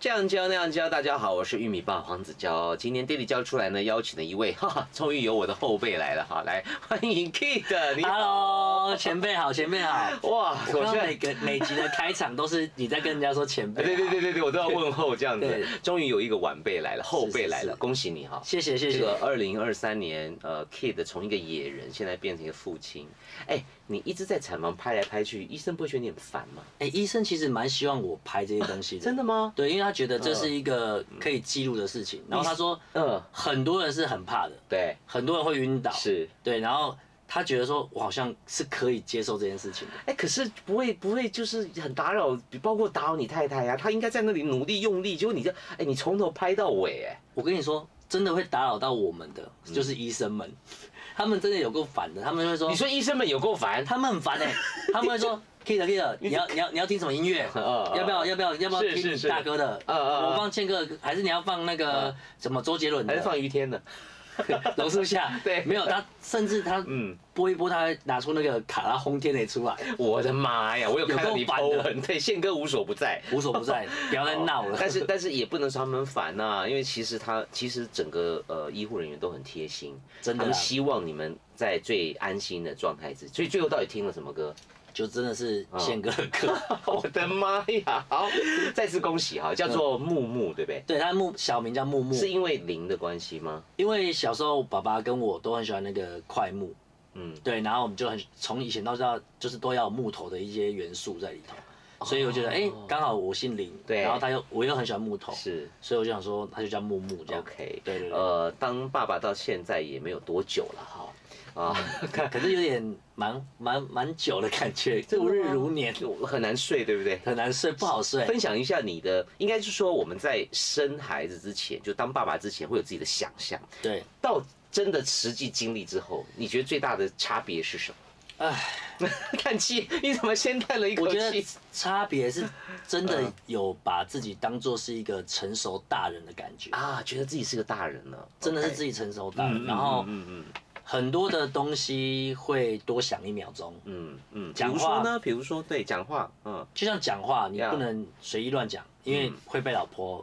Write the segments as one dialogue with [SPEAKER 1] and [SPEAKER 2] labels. [SPEAKER 1] 这样教那样教，大家好，我是玉米爸黄子佼。今天地理教出来呢，邀请了一位，哈哈，终于有我的后辈来了哈，来欢迎 Kid，你好
[SPEAKER 2] Hello，前辈好，前辈好。
[SPEAKER 1] 哇，
[SPEAKER 2] 啊我
[SPEAKER 1] 我现
[SPEAKER 2] 看到
[SPEAKER 1] 在
[SPEAKER 2] 每个每集的开场都是你在跟人家说前 辈、
[SPEAKER 1] 对对，对对对，我都要问候这样子
[SPEAKER 2] 对，
[SPEAKER 1] 终于有一个晚辈来了，后辈来
[SPEAKER 2] 是
[SPEAKER 1] 了，
[SPEAKER 2] 是
[SPEAKER 1] 恭喜你哈。
[SPEAKER 2] 谢谢谢
[SPEAKER 1] 这
[SPEAKER 2] 谢。
[SPEAKER 1] 个二零二三年，呃，Kid 从一个野人现在变成一个父亲，哎，你一直在产房拍来拍去，医生不会觉得你很烦吗？
[SPEAKER 2] 哎、医生其实蛮希望我拍这些东西的，
[SPEAKER 1] 真的吗？
[SPEAKER 2] 对，因为他觉得这是一个可以记录的事情。然后他说，
[SPEAKER 1] 嗯，
[SPEAKER 2] 很多人是很怕的，
[SPEAKER 1] 对，
[SPEAKER 2] 很多人会晕倒，
[SPEAKER 1] 是。
[SPEAKER 2] 对，然后他觉得说我好像是可以接受这件事情的。
[SPEAKER 1] 哎，可是不会不会，就是很打扰，包括打扰你太太呀、她应该在那里努力用力，结果你这，哎，你从头拍到尾，哎，
[SPEAKER 2] 我跟你说，真的会打扰到我们的，就是医生们， 他们真的有够烦的，他们会说
[SPEAKER 1] 嗯你，说医生们有够烦，
[SPEAKER 2] 他们 很烦哎、他们会说 Kid Kid，你要你要你要听什么音乐？
[SPEAKER 1] 嗯嗯
[SPEAKER 2] 要不要要不要要不要
[SPEAKER 1] 是是
[SPEAKER 2] 听
[SPEAKER 1] 是
[SPEAKER 2] 大哥的？
[SPEAKER 1] 嗯嗯嗯
[SPEAKER 2] 我放宪哥，还是你要放那个什么周杰伦
[SPEAKER 1] 还是
[SPEAKER 2] 的？
[SPEAKER 1] 放于天呢？
[SPEAKER 2] 榕树下
[SPEAKER 1] 对
[SPEAKER 2] 没有他，甚至他
[SPEAKER 1] 嗯
[SPEAKER 2] 播一播，他还拿出那个卡拉轰天雷出来，
[SPEAKER 1] 我的妈呀！我有
[SPEAKER 2] 有
[SPEAKER 1] 看到
[SPEAKER 2] 够
[SPEAKER 1] 你
[SPEAKER 2] 烦
[SPEAKER 1] 抛
[SPEAKER 2] 的
[SPEAKER 1] 文，对，宪哥无所不在。
[SPEAKER 2] 无所 不在，不要再闹了。
[SPEAKER 1] 哦但是但是也不能说他们烦呐、因为其实他其实整个呃医护人员都很贴心，
[SPEAKER 2] 真的啊
[SPEAKER 1] 他们
[SPEAKER 2] 啦
[SPEAKER 1] 希望你们在最安心的状态之，所以最后到底听了什么歌？
[SPEAKER 2] 就真的是宪哥的
[SPEAKER 1] 嗯
[SPEAKER 2] 歌，
[SPEAKER 1] 我的妈呀！好，再次恭喜哈，叫做木木，对不对？
[SPEAKER 2] 对他木小名叫木木，
[SPEAKER 1] 是因为零的关系吗？
[SPEAKER 2] 因为小时候爸爸跟我都很喜欢那个快木，
[SPEAKER 1] 嗯，
[SPEAKER 2] 对，然后我们就很从以前到现在就是都要有木头的一些元素在里头，所以我觉得哎，刚、好我姓林，
[SPEAKER 1] 哦对
[SPEAKER 2] 然后他又我又很喜欢木头，
[SPEAKER 1] 是
[SPEAKER 2] 所以我就想说他就叫木木这样。
[SPEAKER 1] OK。
[SPEAKER 2] 对对对
[SPEAKER 1] 呃，当爸爸到现在也没有多久了哈。啊，
[SPEAKER 2] 可是有点蛮蛮蛮久的感觉，度日如年，
[SPEAKER 1] 我很难睡，对不对？
[SPEAKER 2] 很难睡，不好睡。
[SPEAKER 1] 分享一下你的，应该是说我们在生孩子之前，就当爸爸之前会有自己的想象，
[SPEAKER 2] 对，
[SPEAKER 1] 到真的实际经历之后，你觉得最大的差别是什么？
[SPEAKER 2] 唉，
[SPEAKER 1] 叹气，你怎么先叹了一口
[SPEAKER 2] 我觉得
[SPEAKER 1] 气？
[SPEAKER 2] 差别是真
[SPEAKER 1] 嗯
[SPEAKER 2] 的有把自己当做是一个成熟大人的感觉，
[SPEAKER 1] 啊，觉得自己是个大人了，
[SPEAKER 2] 真的是
[SPEAKER 1] OK
[SPEAKER 2] 自己成熟大人，然后
[SPEAKER 1] 嗯嗯
[SPEAKER 2] 很多的东西会多想一秒钟，
[SPEAKER 1] 嗯嗯，比
[SPEAKER 2] 讲
[SPEAKER 1] 如说
[SPEAKER 2] 话
[SPEAKER 1] 呢，比如说对讲话，嗯，
[SPEAKER 2] 就像讲话，你
[SPEAKER 1] Yeah 嗯
[SPEAKER 2] 不能随意乱讲，因为会被老婆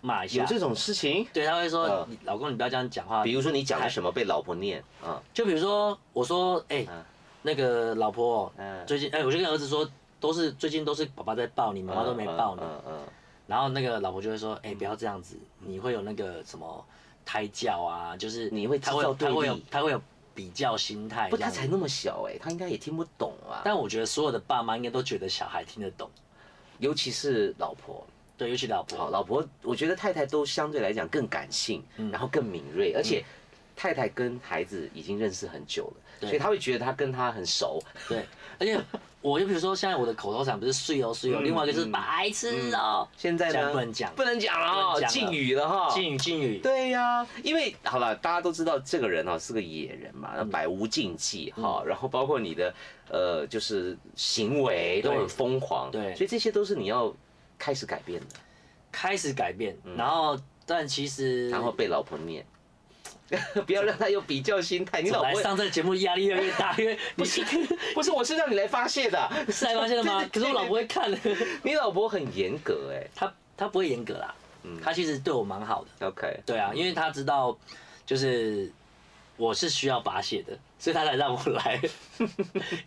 [SPEAKER 2] 骂一
[SPEAKER 1] 有
[SPEAKER 2] 下。
[SPEAKER 1] 这种事情，
[SPEAKER 2] 对，他会说
[SPEAKER 1] 嗯：“
[SPEAKER 2] 你老公，你不要这样讲话。
[SPEAKER 1] 比”如说你讲了什么被老婆念啊，
[SPEAKER 2] 就比如说，我说：“哎
[SPEAKER 1] 嗯，
[SPEAKER 2] 那个老婆
[SPEAKER 1] 嗯，
[SPEAKER 2] 最近哎，我就跟儿子说，都是最近都是爸爸在抱你，妈妈都没哎抱你。
[SPEAKER 1] 嗯嗯，”
[SPEAKER 2] 然后那个老婆就会说：“哎，不要这样子，你会有那个什么胎教啊，就是
[SPEAKER 1] 你会
[SPEAKER 2] 他会有
[SPEAKER 1] 制造对
[SPEAKER 2] 他会有
[SPEAKER 1] 立
[SPEAKER 2] 他会有比较心态。”
[SPEAKER 1] 不，他才那么小哎，他应该也听不懂啊，
[SPEAKER 2] 但我觉得所有的爸妈应该都觉得小孩听得懂，
[SPEAKER 1] 尤其是老婆。
[SPEAKER 2] 对，尤其老
[SPEAKER 1] 好，
[SPEAKER 2] 婆。
[SPEAKER 1] 老婆，我觉得太太都相对来讲更感性，
[SPEAKER 2] 嗯
[SPEAKER 1] 然后更敏锐，而且太太跟孩子已经认识很久了，
[SPEAKER 2] 对
[SPEAKER 1] 所以她会觉得她跟他很熟。
[SPEAKER 2] 对，而且我就比如说，现在我的口头禅不是碎哦碎哦，另外一个就是白痴哦，
[SPEAKER 1] 现在
[SPEAKER 2] 这
[SPEAKER 1] 呢，
[SPEAKER 2] 样不能讲
[SPEAKER 1] 嗯不能讲了
[SPEAKER 2] 不
[SPEAKER 1] 哦，
[SPEAKER 2] 能讲了
[SPEAKER 1] 禁语了哈，
[SPEAKER 2] 敬语敬语，
[SPEAKER 1] 对呀、因为好了，大家都知道这个人哦是个野人嘛，
[SPEAKER 2] 嗯
[SPEAKER 1] 百无禁忌哈、然后包括你的呃就是行为都
[SPEAKER 2] 对
[SPEAKER 1] 很疯狂，
[SPEAKER 2] 对
[SPEAKER 1] 所以这些都是你要开始改变的，
[SPEAKER 2] 开始改变，然后但其实
[SPEAKER 1] 嗯然后被老婆念， 不要让他有比较心态，你老
[SPEAKER 2] 来
[SPEAKER 1] 婆。
[SPEAKER 2] 上这个节目压力越来越大，因为不是
[SPEAKER 1] 不是，我是让你来发泄的。
[SPEAKER 2] 是才发现了吗
[SPEAKER 1] 对？对
[SPEAKER 2] 可是我老婆会看的，
[SPEAKER 1] 你老婆很严格哎、
[SPEAKER 2] 她她不会严格啦，
[SPEAKER 1] 嗯
[SPEAKER 2] 她其实对我蛮好的，
[SPEAKER 1] OK，
[SPEAKER 2] 对啊，因为她知道就是我是需要发泄的，所以她才让我 来，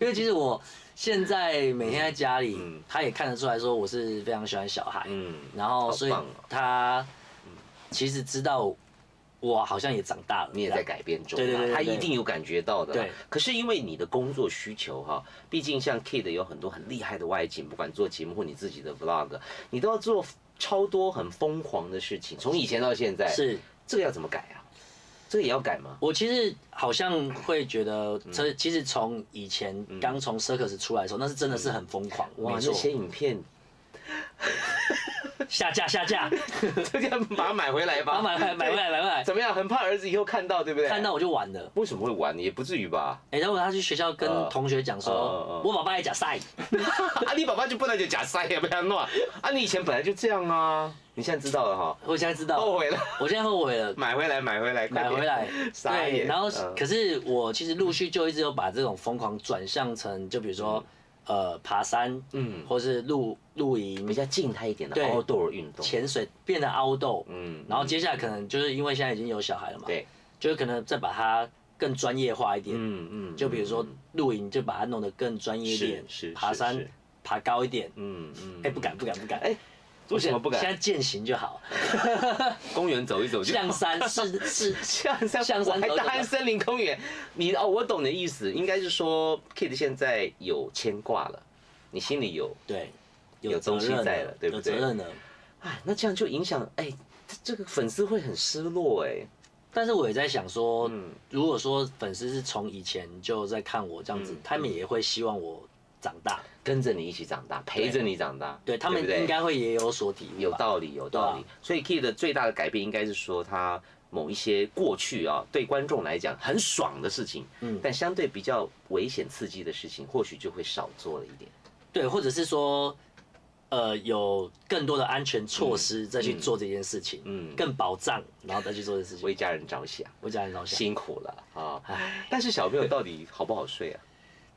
[SPEAKER 2] 因为其实我现在每天在家里，她也看得出来说我是非常喜欢小孩，
[SPEAKER 1] 嗯，
[SPEAKER 2] 然后所以
[SPEAKER 1] 好棒哦
[SPEAKER 2] 他其实知道我好像也长大了，
[SPEAKER 1] 你也
[SPEAKER 2] 这
[SPEAKER 1] 在
[SPEAKER 2] 样
[SPEAKER 1] 改变中啊，
[SPEAKER 2] 对对对对
[SPEAKER 1] 他
[SPEAKER 2] 对
[SPEAKER 1] 一定有感觉到的啦。啊
[SPEAKER 2] 对
[SPEAKER 1] 可是因为你的工作需求哈、毕竟像 Kid 有很多很厉害的外景，不管做节目或你自己的 Vlog，你都要做超多很疯狂的事情，从以前到现在，
[SPEAKER 2] 是
[SPEAKER 1] 这个要怎么改啊？这个也要改吗？
[SPEAKER 2] 我其实好像会觉得，这其实从以前刚从 circus 出来的时候，那是真的是很疯狂，
[SPEAKER 1] 哇，
[SPEAKER 2] 没
[SPEAKER 1] 那
[SPEAKER 2] 错，
[SPEAKER 1] 些影片，
[SPEAKER 2] 下架下架，
[SPEAKER 1] 这个把它买回来吧，
[SPEAKER 2] 把买买买回来买回 来，
[SPEAKER 1] 怎么样？很怕儿子以后看到，对不对？
[SPEAKER 2] 看到我就完了。
[SPEAKER 1] 为什么会玩？也不至于吧？
[SPEAKER 2] 哎，然后他去学校跟
[SPEAKER 1] 呃
[SPEAKER 2] 同学讲
[SPEAKER 1] 呃呃
[SPEAKER 2] 说，我爸爸也假赛，
[SPEAKER 1] 啊，你爸爸就本来就假塞，也不要弄啊！啊，你以前本来就这样啊，你现在知道了哈，
[SPEAKER 2] 我现在知道，
[SPEAKER 1] 后悔了，
[SPEAKER 2] 我现在后悔了。
[SPEAKER 1] 买回来，买回来，快
[SPEAKER 2] 哦买
[SPEAKER 1] 点，
[SPEAKER 2] 回来
[SPEAKER 1] 傻
[SPEAKER 2] 对，
[SPEAKER 1] 眼。
[SPEAKER 2] 然后
[SPEAKER 1] 嗯
[SPEAKER 2] 可是我其实陆续就一直有把这种疯狂转向成，就比如说呃爬山，
[SPEAKER 1] 嗯，
[SPEAKER 2] 或是露露营
[SPEAKER 1] 比、较静态一点的
[SPEAKER 2] 对
[SPEAKER 1] outdoor 运动，
[SPEAKER 2] 潜水，变得 outdoor。
[SPEAKER 1] 嗯，
[SPEAKER 2] 然后接下来可能就是因为现在已经有小孩了嘛，
[SPEAKER 1] 对，
[SPEAKER 2] 就是可能再把它更专业化一点，
[SPEAKER 1] 嗯嗯，
[SPEAKER 2] 就比如说露营就把它弄得更专业一点，
[SPEAKER 1] 是是
[SPEAKER 2] 爬
[SPEAKER 1] 是
[SPEAKER 2] 山
[SPEAKER 1] 是
[SPEAKER 2] 爬高一点，
[SPEAKER 1] 嗯嗯，
[SPEAKER 2] 哎、不敢不敢不敢，
[SPEAKER 1] 哎 为什么不
[SPEAKER 2] 现
[SPEAKER 1] 敢？
[SPEAKER 2] 在践行 就好，
[SPEAKER 1] 公园走一走就
[SPEAKER 2] 象山是是
[SPEAKER 1] 象山
[SPEAKER 2] 象山
[SPEAKER 1] 还
[SPEAKER 2] 走走
[SPEAKER 1] 大安森林公园，你哦，我懂你的意思，应该是说 Kid 现在有牵挂了，你心里有
[SPEAKER 2] 对，
[SPEAKER 1] 有
[SPEAKER 2] 责
[SPEAKER 1] 东西
[SPEAKER 2] 任
[SPEAKER 1] 在
[SPEAKER 2] 了
[SPEAKER 1] 了，对不
[SPEAKER 2] 有责
[SPEAKER 1] 对
[SPEAKER 2] 任了。
[SPEAKER 1] 啊，那这样就影响哎、这这个粉丝会很失落哎、
[SPEAKER 2] 但是我也在想说，
[SPEAKER 1] 嗯
[SPEAKER 2] 如果说粉丝是从以前就在看我这样子，
[SPEAKER 1] 嗯
[SPEAKER 2] 他们也会希望我长大，
[SPEAKER 1] 跟着你一起长大，陪着你长大，
[SPEAKER 2] 对他们
[SPEAKER 1] 不对
[SPEAKER 2] 应该会也有所体悟
[SPEAKER 1] 有
[SPEAKER 2] 吧。
[SPEAKER 1] 道理，有道
[SPEAKER 2] 啊
[SPEAKER 1] 理。所以 Kid 的最大的改变应该是说他某一些过去啊，对观众来讲很爽的事情，
[SPEAKER 2] 嗯
[SPEAKER 1] 但相对比较危险刺激的事情，或许就会少做了一点。
[SPEAKER 2] 对，或者是说，呃，有更多的安全措施再去做这件事情，
[SPEAKER 1] 嗯，
[SPEAKER 2] 更保障，然后再去做这件事情。
[SPEAKER 1] 为家人着想，
[SPEAKER 2] 我讲很搞笑，
[SPEAKER 1] 辛苦了啊！
[SPEAKER 2] 唉，
[SPEAKER 1] 但是小朋友到底好不好睡啊？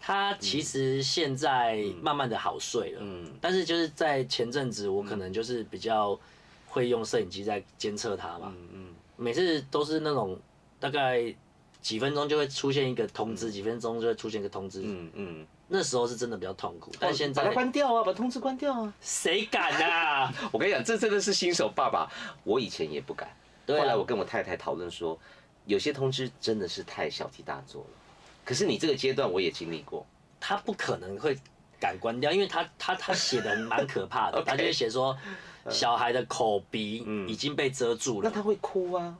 [SPEAKER 2] 他其实现在慢慢的好睡了，
[SPEAKER 1] 嗯
[SPEAKER 2] 但是就是在前阵子，我可能就是比较会用摄影机在监测他嘛，
[SPEAKER 1] 嗯嗯，
[SPEAKER 2] 每次都是那种大概几分钟就会出现一个通知，几分钟就会出现一个通知，
[SPEAKER 1] 嗯哦嗯，
[SPEAKER 2] 那时候是真的比较痛苦，但现
[SPEAKER 1] 把它
[SPEAKER 2] 在
[SPEAKER 1] 关掉啊，把通知关掉啊！
[SPEAKER 2] 谁敢啊？
[SPEAKER 1] 我跟你讲，这真的是新手爸爸，我以前也不敢。
[SPEAKER 2] 对啊
[SPEAKER 1] 后来我跟我太太讨论说，有些通知真的是太小题大做了。可是你这个阶段我也经历过，
[SPEAKER 2] 他不可能会敢关掉，因为他他他写的蛮可 怕的，他就会写说小孩的口鼻已经被遮住
[SPEAKER 1] 嗯那
[SPEAKER 2] 了，
[SPEAKER 1] 他会哭啊。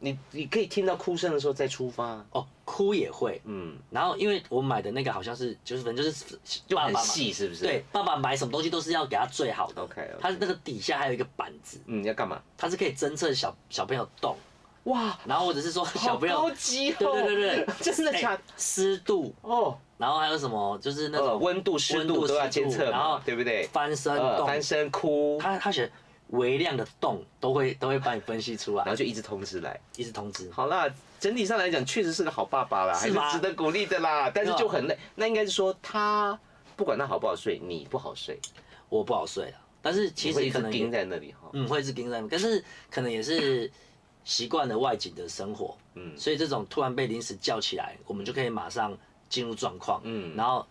[SPEAKER 1] 你你可以听到哭声的时候再出发啊、
[SPEAKER 2] 哦，哭也会。
[SPEAKER 1] 嗯，
[SPEAKER 2] 然后因为我买的那个好像是就是反正就是
[SPEAKER 1] 就
[SPEAKER 2] 爸
[SPEAKER 1] 很
[SPEAKER 2] 爸嘛，
[SPEAKER 1] 细，是不是？
[SPEAKER 2] 对，，爸爸买什么东西都是要给他最好的。
[SPEAKER 1] OK，OK
[SPEAKER 2] 他那个底下还有一个板子，
[SPEAKER 1] 嗯，要干嘛？
[SPEAKER 2] 它是可以侦测小小朋友动，
[SPEAKER 1] 哇，
[SPEAKER 2] 然后或者是说小
[SPEAKER 1] 好
[SPEAKER 2] 朋
[SPEAKER 1] 高
[SPEAKER 2] 友，
[SPEAKER 1] 级哦！
[SPEAKER 2] 对对对 对，
[SPEAKER 1] 真的假
[SPEAKER 2] 哎湿度，
[SPEAKER 1] 哦，
[SPEAKER 2] 然后还有什么就是那
[SPEAKER 1] 呃，
[SPEAKER 2] 种
[SPEAKER 1] 温度、湿
[SPEAKER 2] 温度
[SPEAKER 1] 度都要
[SPEAKER 2] 湿
[SPEAKER 1] 监测
[SPEAKER 2] 然后
[SPEAKER 1] 嘛，对不对？
[SPEAKER 2] 翻身
[SPEAKER 1] 呃，
[SPEAKER 2] 动，
[SPEAKER 1] 翻身、哭，
[SPEAKER 2] 他他写微量的动都会都会帮你分析出
[SPEAKER 1] 然
[SPEAKER 2] 来，
[SPEAKER 1] 后就一直通知来。
[SPEAKER 2] 一直通知。
[SPEAKER 1] 好啦，整体上来讲，确实是个好爸爸啦，还
[SPEAKER 2] 是
[SPEAKER 1] 是
[SPEAKER 2] 吗
[SPEAKER 1] 值得鼓励的啦。但是
[SPEAKER 2] 对啊
[SPEAKER 1] 就很累，那应该是说他不管他好不好睡，你不好睡，
[SPEAKER 2] 我不好睡了，但是其
[SPEAKER 1] 你会
[SPEAKER 2] 实
[SPEAKER 1] 一
[SPEAKER 2] 可
[SPEAKER 1] 直
[SPEAKER 2] 能
[SPEAKER 1] 盯
[SPEAKER 2] 也
[SPEAKER 1] 在那里哈。
[SPEAKER 2] 嗯会一直盯在，但是可能也是习惯了外景的生活，
[SPEAKER 1] 嗯
[SPEAKER 2] 所以这种突然被临时叫起来，我们就可以马上进入状况，
[SPEAKER 1] 嗯
[SPEAKER 2] 然后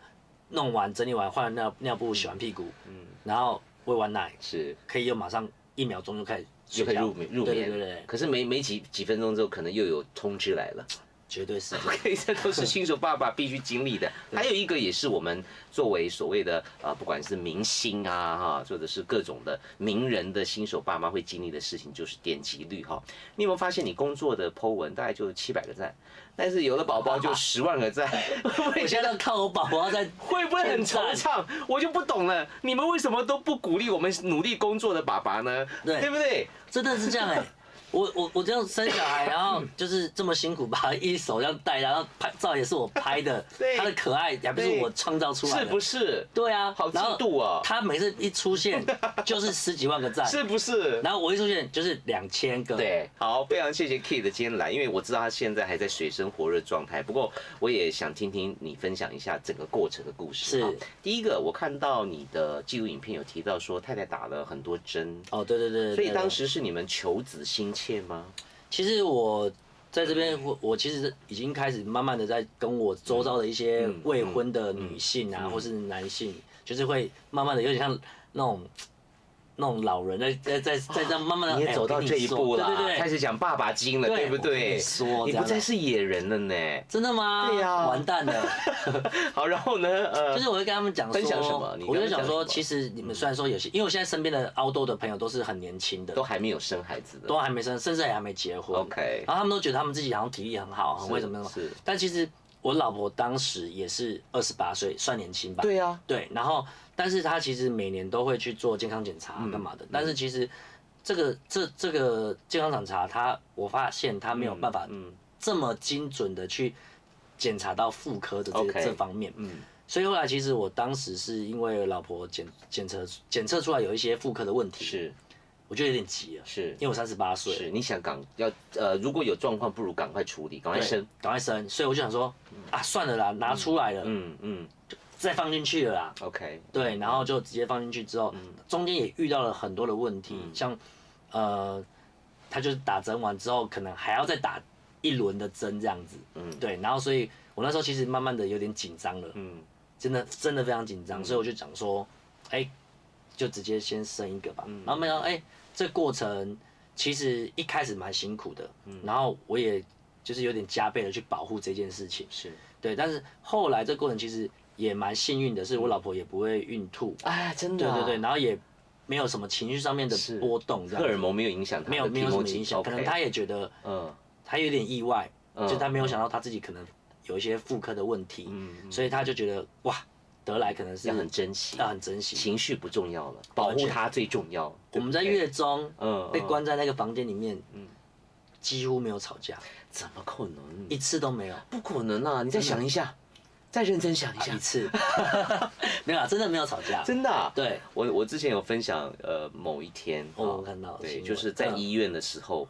[SPEAKER 2] 弄完整理完换完尿尿布，洗完屁股，
[SPEAKER 1] 嗯，
[SPEAKER 2] 然后喂完奶，
[SPEAKER 1] 是
[SPEAKER 2] 可以又马上一秒钟就开始
[SPEAKER 1] 就可以
[SPEAKER 2] 睡觉
[SPEAKER 1] 入眠入
[SPEAKER 2] 对对
[SPEAKER 1] 眠。
[SPEAKER 2] 对对，对
[SPEAKER 1] 可是没没几几分钟之后，可能又有通知来了。
[SPEAKER 2] 绝 对是这样。
[SPEAKER 1] OK，这都是新手爸爸必须经历的。还有一个也是我们作为所谓的呃，不管是明星啊哈，或者是各种的名人的新手爸妈会经历的事情，就是点击率哈。你有没有发现你工作的 Po 文大概就七百个赞，但是有了宝宝 就十万个赞，我也
[SPEAKER 2] 我
[SPEAKER 1] 觉
[SPEAKER 2] 现
[SPEAKER 1] 得
[SPEAKER 2] 在要看我宝宝在
[SPEAKER 1] 会不会很惆
[SPEAKER 2] 点
[SPEAKER 1] 怅？我就不懂了，你们为什么都不鼓励我们努力工作的爸爸呢？
[SPEAKER 2] 对
[SPEAKER 1] 对不对？
[SPEAKER 2] 真的是这样 哎、我我我这样生小孩，然后就是这么辛苦把他一手这样带，然后拍照也是我拍的
[SPEAKER 1] 对，
[SPEAKER 2] 他的可爱还不是
[SPEAKER 1] 对
[SPEAKER 2] 我创造出来的，
[SPEAKER 1] 是不是？
[SPEAKER 2] 对啊，
[SPEAKER 1] 好
[SPEAKER 2] 然
[SPEAKER 1] 嫉
[SPEAKER 2] 后
[SPEAKER 1] 妒哦
[SPEAKER 2] 他每次一出现就是十几万个 赞，
[SPEAKER 1] 是不是？
[SPEAKER 2] 然后我一出现就是两千个，，
[SPEAKER 1] 对，好，非常谢谢 Kid 今天来，因为我知道他现在还在水深火热状态。不过我也想听听你分享一下整个过程的故事。
[SPEAKER 2] 是
[SPEAKER 1] 好第一个，我看到你的纪录影片有提到说太太打了很多针，
[SPEAKER 2] 哦对对对对
[SPEAKER 1] 所以
[SPEAKER 2] 对
[SPEAKER 1] 当时是你们求子心切吗？
[SPEAKER 2] 其实我在这边，我我其实已经开始慢慢的在跟我周遭的一些
[SPEAKER 1] 嗯嗯嗯
[SPEAKER 2] 未婚的女性啊，或是男性，就是会慢慢的有点像那种那种老人在在在在这样慢慢哎的、
[SPEAKER 1] 你也走到这一步了，
[SPEAKER 2] 对对
[SPEAKER 1] 开
[SPEAKER 2] 对，
[SPEAKER 1] 始讲爸爸经了，
[SPEAKER 2] 对
[SPEAKER 1] 对不
[SPEAKER 2] 我跟
[SPEAKER 1] 对？
[SPEAKER 2] 你说
[SPEAKER 1] 你不
[SPEAKER 2] 这样
[SPEAKER 1] 再
[SPEAKER 2] 的
[SPEAKER 1] 是野人了呢。
[SPEAKER 2] 真的吗？
[SPEAKER 1] 对呀
[SPEAKER 2] 完 蛋了。
[SPEAKER 1] 好，然后呢？呃，
[SPEAKER 2] 就是我会跟他们讲说，
[SPEAKER 1] 分享什么你
[SPEAKER 2] 我就
[SPEAKER 1] 跟他
[SPEAKER 2] 想
[SPEAKER 1] 们讲
[SPEAKER 2] 说，
[SPEAKER 1] 什么嗯
[SPEAKER 2] 其实你们虽然说有些，因为我现在身边的凹豆的朋友都是很年轻的，
[SPEAKER 1] 都还没有生孩子的
[SPEAKER 2] 都还没生，甚至也还没结婚。
[SPEAKER 1] ，OK，
[SPEAKER 2] 然后他们都觉得他们自己好像体力很好，很会什么什么。
[SPEAKER 1] 是，
[SPEAKER 2] 但其实我老婆当时也是二十八岁，算年轻吧。
[SPEAKER 1] 对啊，
[SPEAKER 2] 对然后但是她其实每年都会去做健康检查
[SPEAKER 1] 嗯
[SPEAKER 2] 干嘛的，但是其实这个这这个健康检查，她我发现她没有办法
[SPEAKER 1] 嗯
[SPEAKER 2] 这么精准的去检查到妇科的这
[SPEAKER 1] OK
[SPEAKER 2] 这方面。
[SPEAKER 1] 嗯
[SPEAKER 2] 所以后来其实我当时是因为老婆检检测检测出来有一些妇科的问题，
[SPEAKER 1] 是
[SPEAKER 2] 我就有点急了，
[SPEAKER 1] 是
[SPEAKER 2] 因。为我三十八岁了，
[SPEAKER 1] 是，你想赶要呃，如果有状况，不如赶快处理，赶快
[SPEAKER 2] 对
[SPEAKER 1] 生。，嗯
[SPEAKER 2] 赶快生，所以我就想说啊，算了啦，拿出来了，
[SPEAKER 1] 嗯嗯，
[SPEAKER 2] 再放进去了啦。
[SPEAKER 1] OK，
[SPEAKER 2] 对，然后就直接放进去之后，中间也遇到了很多的问题，像呃，他就是打针完之后，可能还要再打一轮的针这样子，嗯，对，然后所以我那时候其实慢慢的有点紧张了，
[SPEAKER 1] 嗯，
[SPEAKER 2] 真的真的非常紧张，所以我就讲说，哎、就直接先生一个吧，然后没想到哎、这过程其实一开始蛮辛苦的，然后我也就是有点加倍的去保护这件事情，
[SPEAKER 1] 是，
[SPEAKER 2] 对，但是后来这过程其实也蛮幸运的，是我老婆也不会孕吐，
[SPEAKER 1] 哎，真的
[SPEAKER 2] 对
[SPEAKER 1] 啊、
[SPEAKER 2] 对对，然后也没有什么情绪上面的
[SPEAKER 1] 是
[SPEAKER 2] 波动，这
[SPEAKER 1] 荷
[SPEAKER 2] 样
[SPEAKER 1] 尔蒙没有影响他
[SPEAKER 2] 没有
[SPEAKER 1] 的
[SPEAKER 2] 没有什么影响，
[SPEAKER 1] o
[SPEAKER 2] 可能她也觉得
[SPEAKER 1] 嗯
[SPEAKER 2] 她有点意外，
[SPEAKER 1] 嗯
[SPEAKER 2] 就她没有想到她自己可能有一些妇科的问题，所以她就觉得哇，得来可能是
[SPEAKER 1] 嗯要很珍惜
[SPEAKER 2] 要，很珍惜。
[SPEAKER 1] 情绪不重要了，保护他最重要。
[SPEAKER 2] 我们在
[SPEAKER 1] 对不对
[SPEAKER 2] 月中
[SPEAKER 1] 嗯嗯
[SPEAKER 2] 被关在那个房间里面，几乎没有吵架，
[SPEAKER 1] 怎么可能？
[SPEAKER 2] 一次都没有，
[SPEAKER 1] 不可能嗯啊！你再想一下，再认真想一下
[SPEAKER 2] 一，次 没有啊啦，真的没有吵架，
[SPEAKER 1] 啊真的啊、
[SPEAKER 2] 对。
[SPEAKER 1] 我我之前有分享，呃，某一天，
[SPEAKER 2] 哦
[SPEAKER 1] 啊
[SPEAKER 2] 我看到新
[SPEAKER 1] 对，
[SPEAKER 2] 闻
[SPEAKER 1] 就是在
[SPEAKER 2] 嗯
[SPEAKER 1] 医院的时候，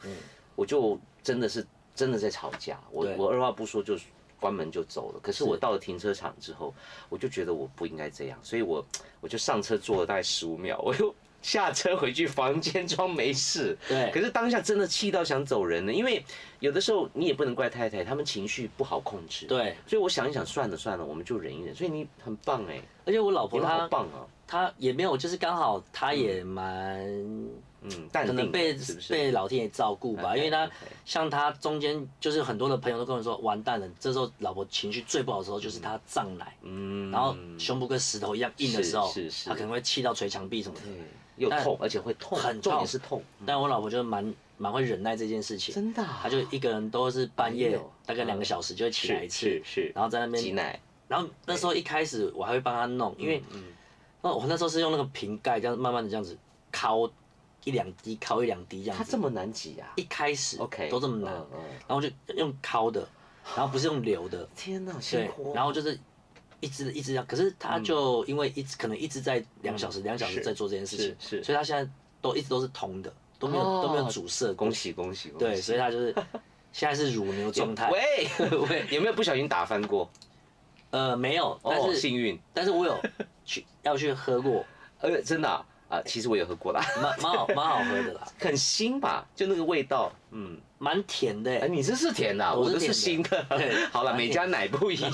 [SPEAKER 1] 我就真的是真的在吵架，我
[SPEAKER 2] 对
[SPEAKER 1] 我二话不说就关门就走了。可是我到了停车场之后，我就觉得我不应该这样，所以我我就上车坐了大概十五秒，我又 下车回去房间装没事。
[SPEAKER 2] 对
[SPEAKER 1] 可是当下真的气到想走人了，因为有的时候你也不能怪太太，他们情绪不好控制。。
[SPEAKER 2] 对，
[SPEAKER 1] 所以我想一想，算了算了，我们就忍一忍。所以你很棒哎、
[SPEAKER 2] 而且我老
[SPEAKER 1] 你
[SPEAKER 2] 婆
[SPEAKER 1] 们好
[SPEAKER 2] 她
[SPEAKER 1] 棒哦、
[SPEAKER 2] 她也没有，就是刚好她也蛮
[SPEAKER 1] 嗯，淡
[SPEAKER 2] 可
[SPEAKER 1] 定
[SPEAKER 2] 能被
[SPEAKER 1] 是不是？
[SPEAKER 2] 被老天爷照顾吧，
[SPEAKER 1] OK，
[SPEAKER 2] 因为他
[SPEAKER 1] OK
[SPEAKER 2] 像他中间就是很多的朋友都跟我说，完蛋了，这时候老婆情绪最不好的时候就是她胀奶，
[SPEAKER 1] 嗯，
[SPEAKER 2] 然后胸部跟石头一样硬的时候
[SPEAKER 1] 是是，是
[SPEAKER 2] 她可能会气到捶墙壁什么的。
[SPEAKER 1] 对嗯又痛，而且会痛，
[SPEAKER 2] 很痛
[SPEAKER 1] 重点是痛，
[SPEAKER 2] 但我老婆就蛮蛮会忍耐这件事情，
[SPEAKER 1] 嗯真的啊、
[SPEAKER 2] 她就一个人都是半
[SPEAKER 1] 哎
[SPEAKER 2] 夜
[SPEAKER 1] 呦
[SPEAKER 2] 大概两个小时就会起来
[SPEAKER 1] 是
[SPEAKER 2] 一次
[SPEAKER 1] 是，是，
[SPEAKER 2] 然后在那
[SPEAKER 1] 挤
[SPEAKER 2] 边，
[SPEAKER 1] 奶，
[SPEAKER 2] 然后那时候一开始我还会帮她弄，因为
[SPEAKER 1] 嗯
[SPEAKER 2] 那我那时候是用那个瓶盖这样慢慢的这样子敲一两滴，敲一两滴这样
[SPEAKER 1] 它
[SPEAKER 2] 子。
[SPEAKER 1] 这么难挤啊
[SPEAKER 2] 一开始
[SPEAKER 1] OK，
[SPEAKER 2] 都这么难
[SPEAKER 1] 嗯，嗯
[SPEAKER 2] 然后我就用敲的，然后不是用流 的，
[SPEAKER 1] 天哪，辛
[SPEAKER 2] 对
[SPEAKER 1] 苦，哦，嗯
[SPEAKER 2] 然后就是一直一直这样，可是他就因为一直可能一直在两小时两小时
[SPEAKER 1] 是
[SPEAKER 2] 在做这件事情，
[SPEAKER 1] 是是
[SPEAKER 2] 所以他现在都一直都是通的，都没有
[SPEAKER 1] 哦
[SPEAKER 2] 都没有 阻塞过，
[SPEAKER 1] 恭喜恭喜，恭
[SPEAKER 2] 对，
[SPEAKER 1] 喜
[SPEAKER 2] 所以他就是 现在是乳牛状态，
[SPEAKER 1] 喂 喂，有没有不小心打翻过？
[SPEAKER 2] 呃，没有，
[SPEAKER 1] 哦，
[SPEAKER 2] 但是
[SPEAKER 1] 幸运，
[SPEAKER 2] 但是我 有去要去喝过，
[SPEAKER 1] 呃，真的啊，啊其实我也喝 过啦，
[SPEAKER 2] 蛮蛮好蛮好喝的啦，
[SPEAKER 1] 很腥吧，就那个味道，嗯，
[SPEAKER 2] 蛮甜的
[SPEAKER 1] 哎，
[SPEAKER 2] 欸，
[SPEAKER 1] 你这是甜的啊，
[SPEAKER 2] 我
[SPEAKER 1] 我
[SPEAKER 2] 是
[SPEAKER 1] 这是
[SPEAKER 2] 甜
[SPEAKER 1] 新的
[SPEAKER 2] 对。
[SPEAKER 1] 好了，每家奶不一样，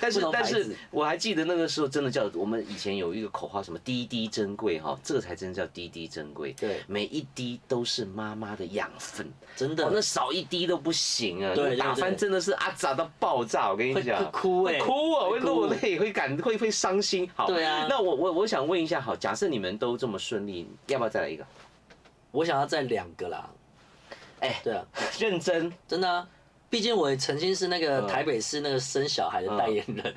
[SPEAKER 1] 但
[SPEAKER 2] 不
[SPEAKER 1] 是
[SPEAKER 2] 同牌
[SPEAKER 1] 但是
[SPEAKER 2] 子
[SPEAKER 1] 我还记得那个时候真的叫我们以前有一个口号，什么滴滴珍贵哈，这个才真叫滴滴珍贵。
[SPEAKER 2] 对
[SPEAKER 1] 每一滴都是妈妈的养分，
[SPEAKER 2] 真
[SPEAKER 1] 哦
[SPEAKER 2] 的，
[SPEAKER 1] 那少一滴都不行啊。
[SPEAKER 2] 对对对
[SPEAKER 1] 打翻真的是阿杂到爆炸，我跟
[SPEAKER 2] 会
[SPEAKER 1] 你讲
[SPEAKER 2] 会。哭哎，
[SPEAKER 1] 哭啊，会
[SPEAKER 2] 会哭
[SPEAKER 1] 落泪，会感会会伤心。好，
[SPEAKER 2] 对啊
[SPEAKER 1] 那我我我想问一下，好，假设你们都这么顺利，要不要再来一个？
[SPEAKER 2] 我想要再两个啦，
[SPEAKER 1] 哎，
[SPEAKER 2] 对啊，
[SPEAKER 1] 认真，
[SPEAKER 2] 真的、啊。毕竟我也曾经是那个
[SPEAKER 1] 嗯
[SPEAKER 2] 台北市那个生小孩的代言人，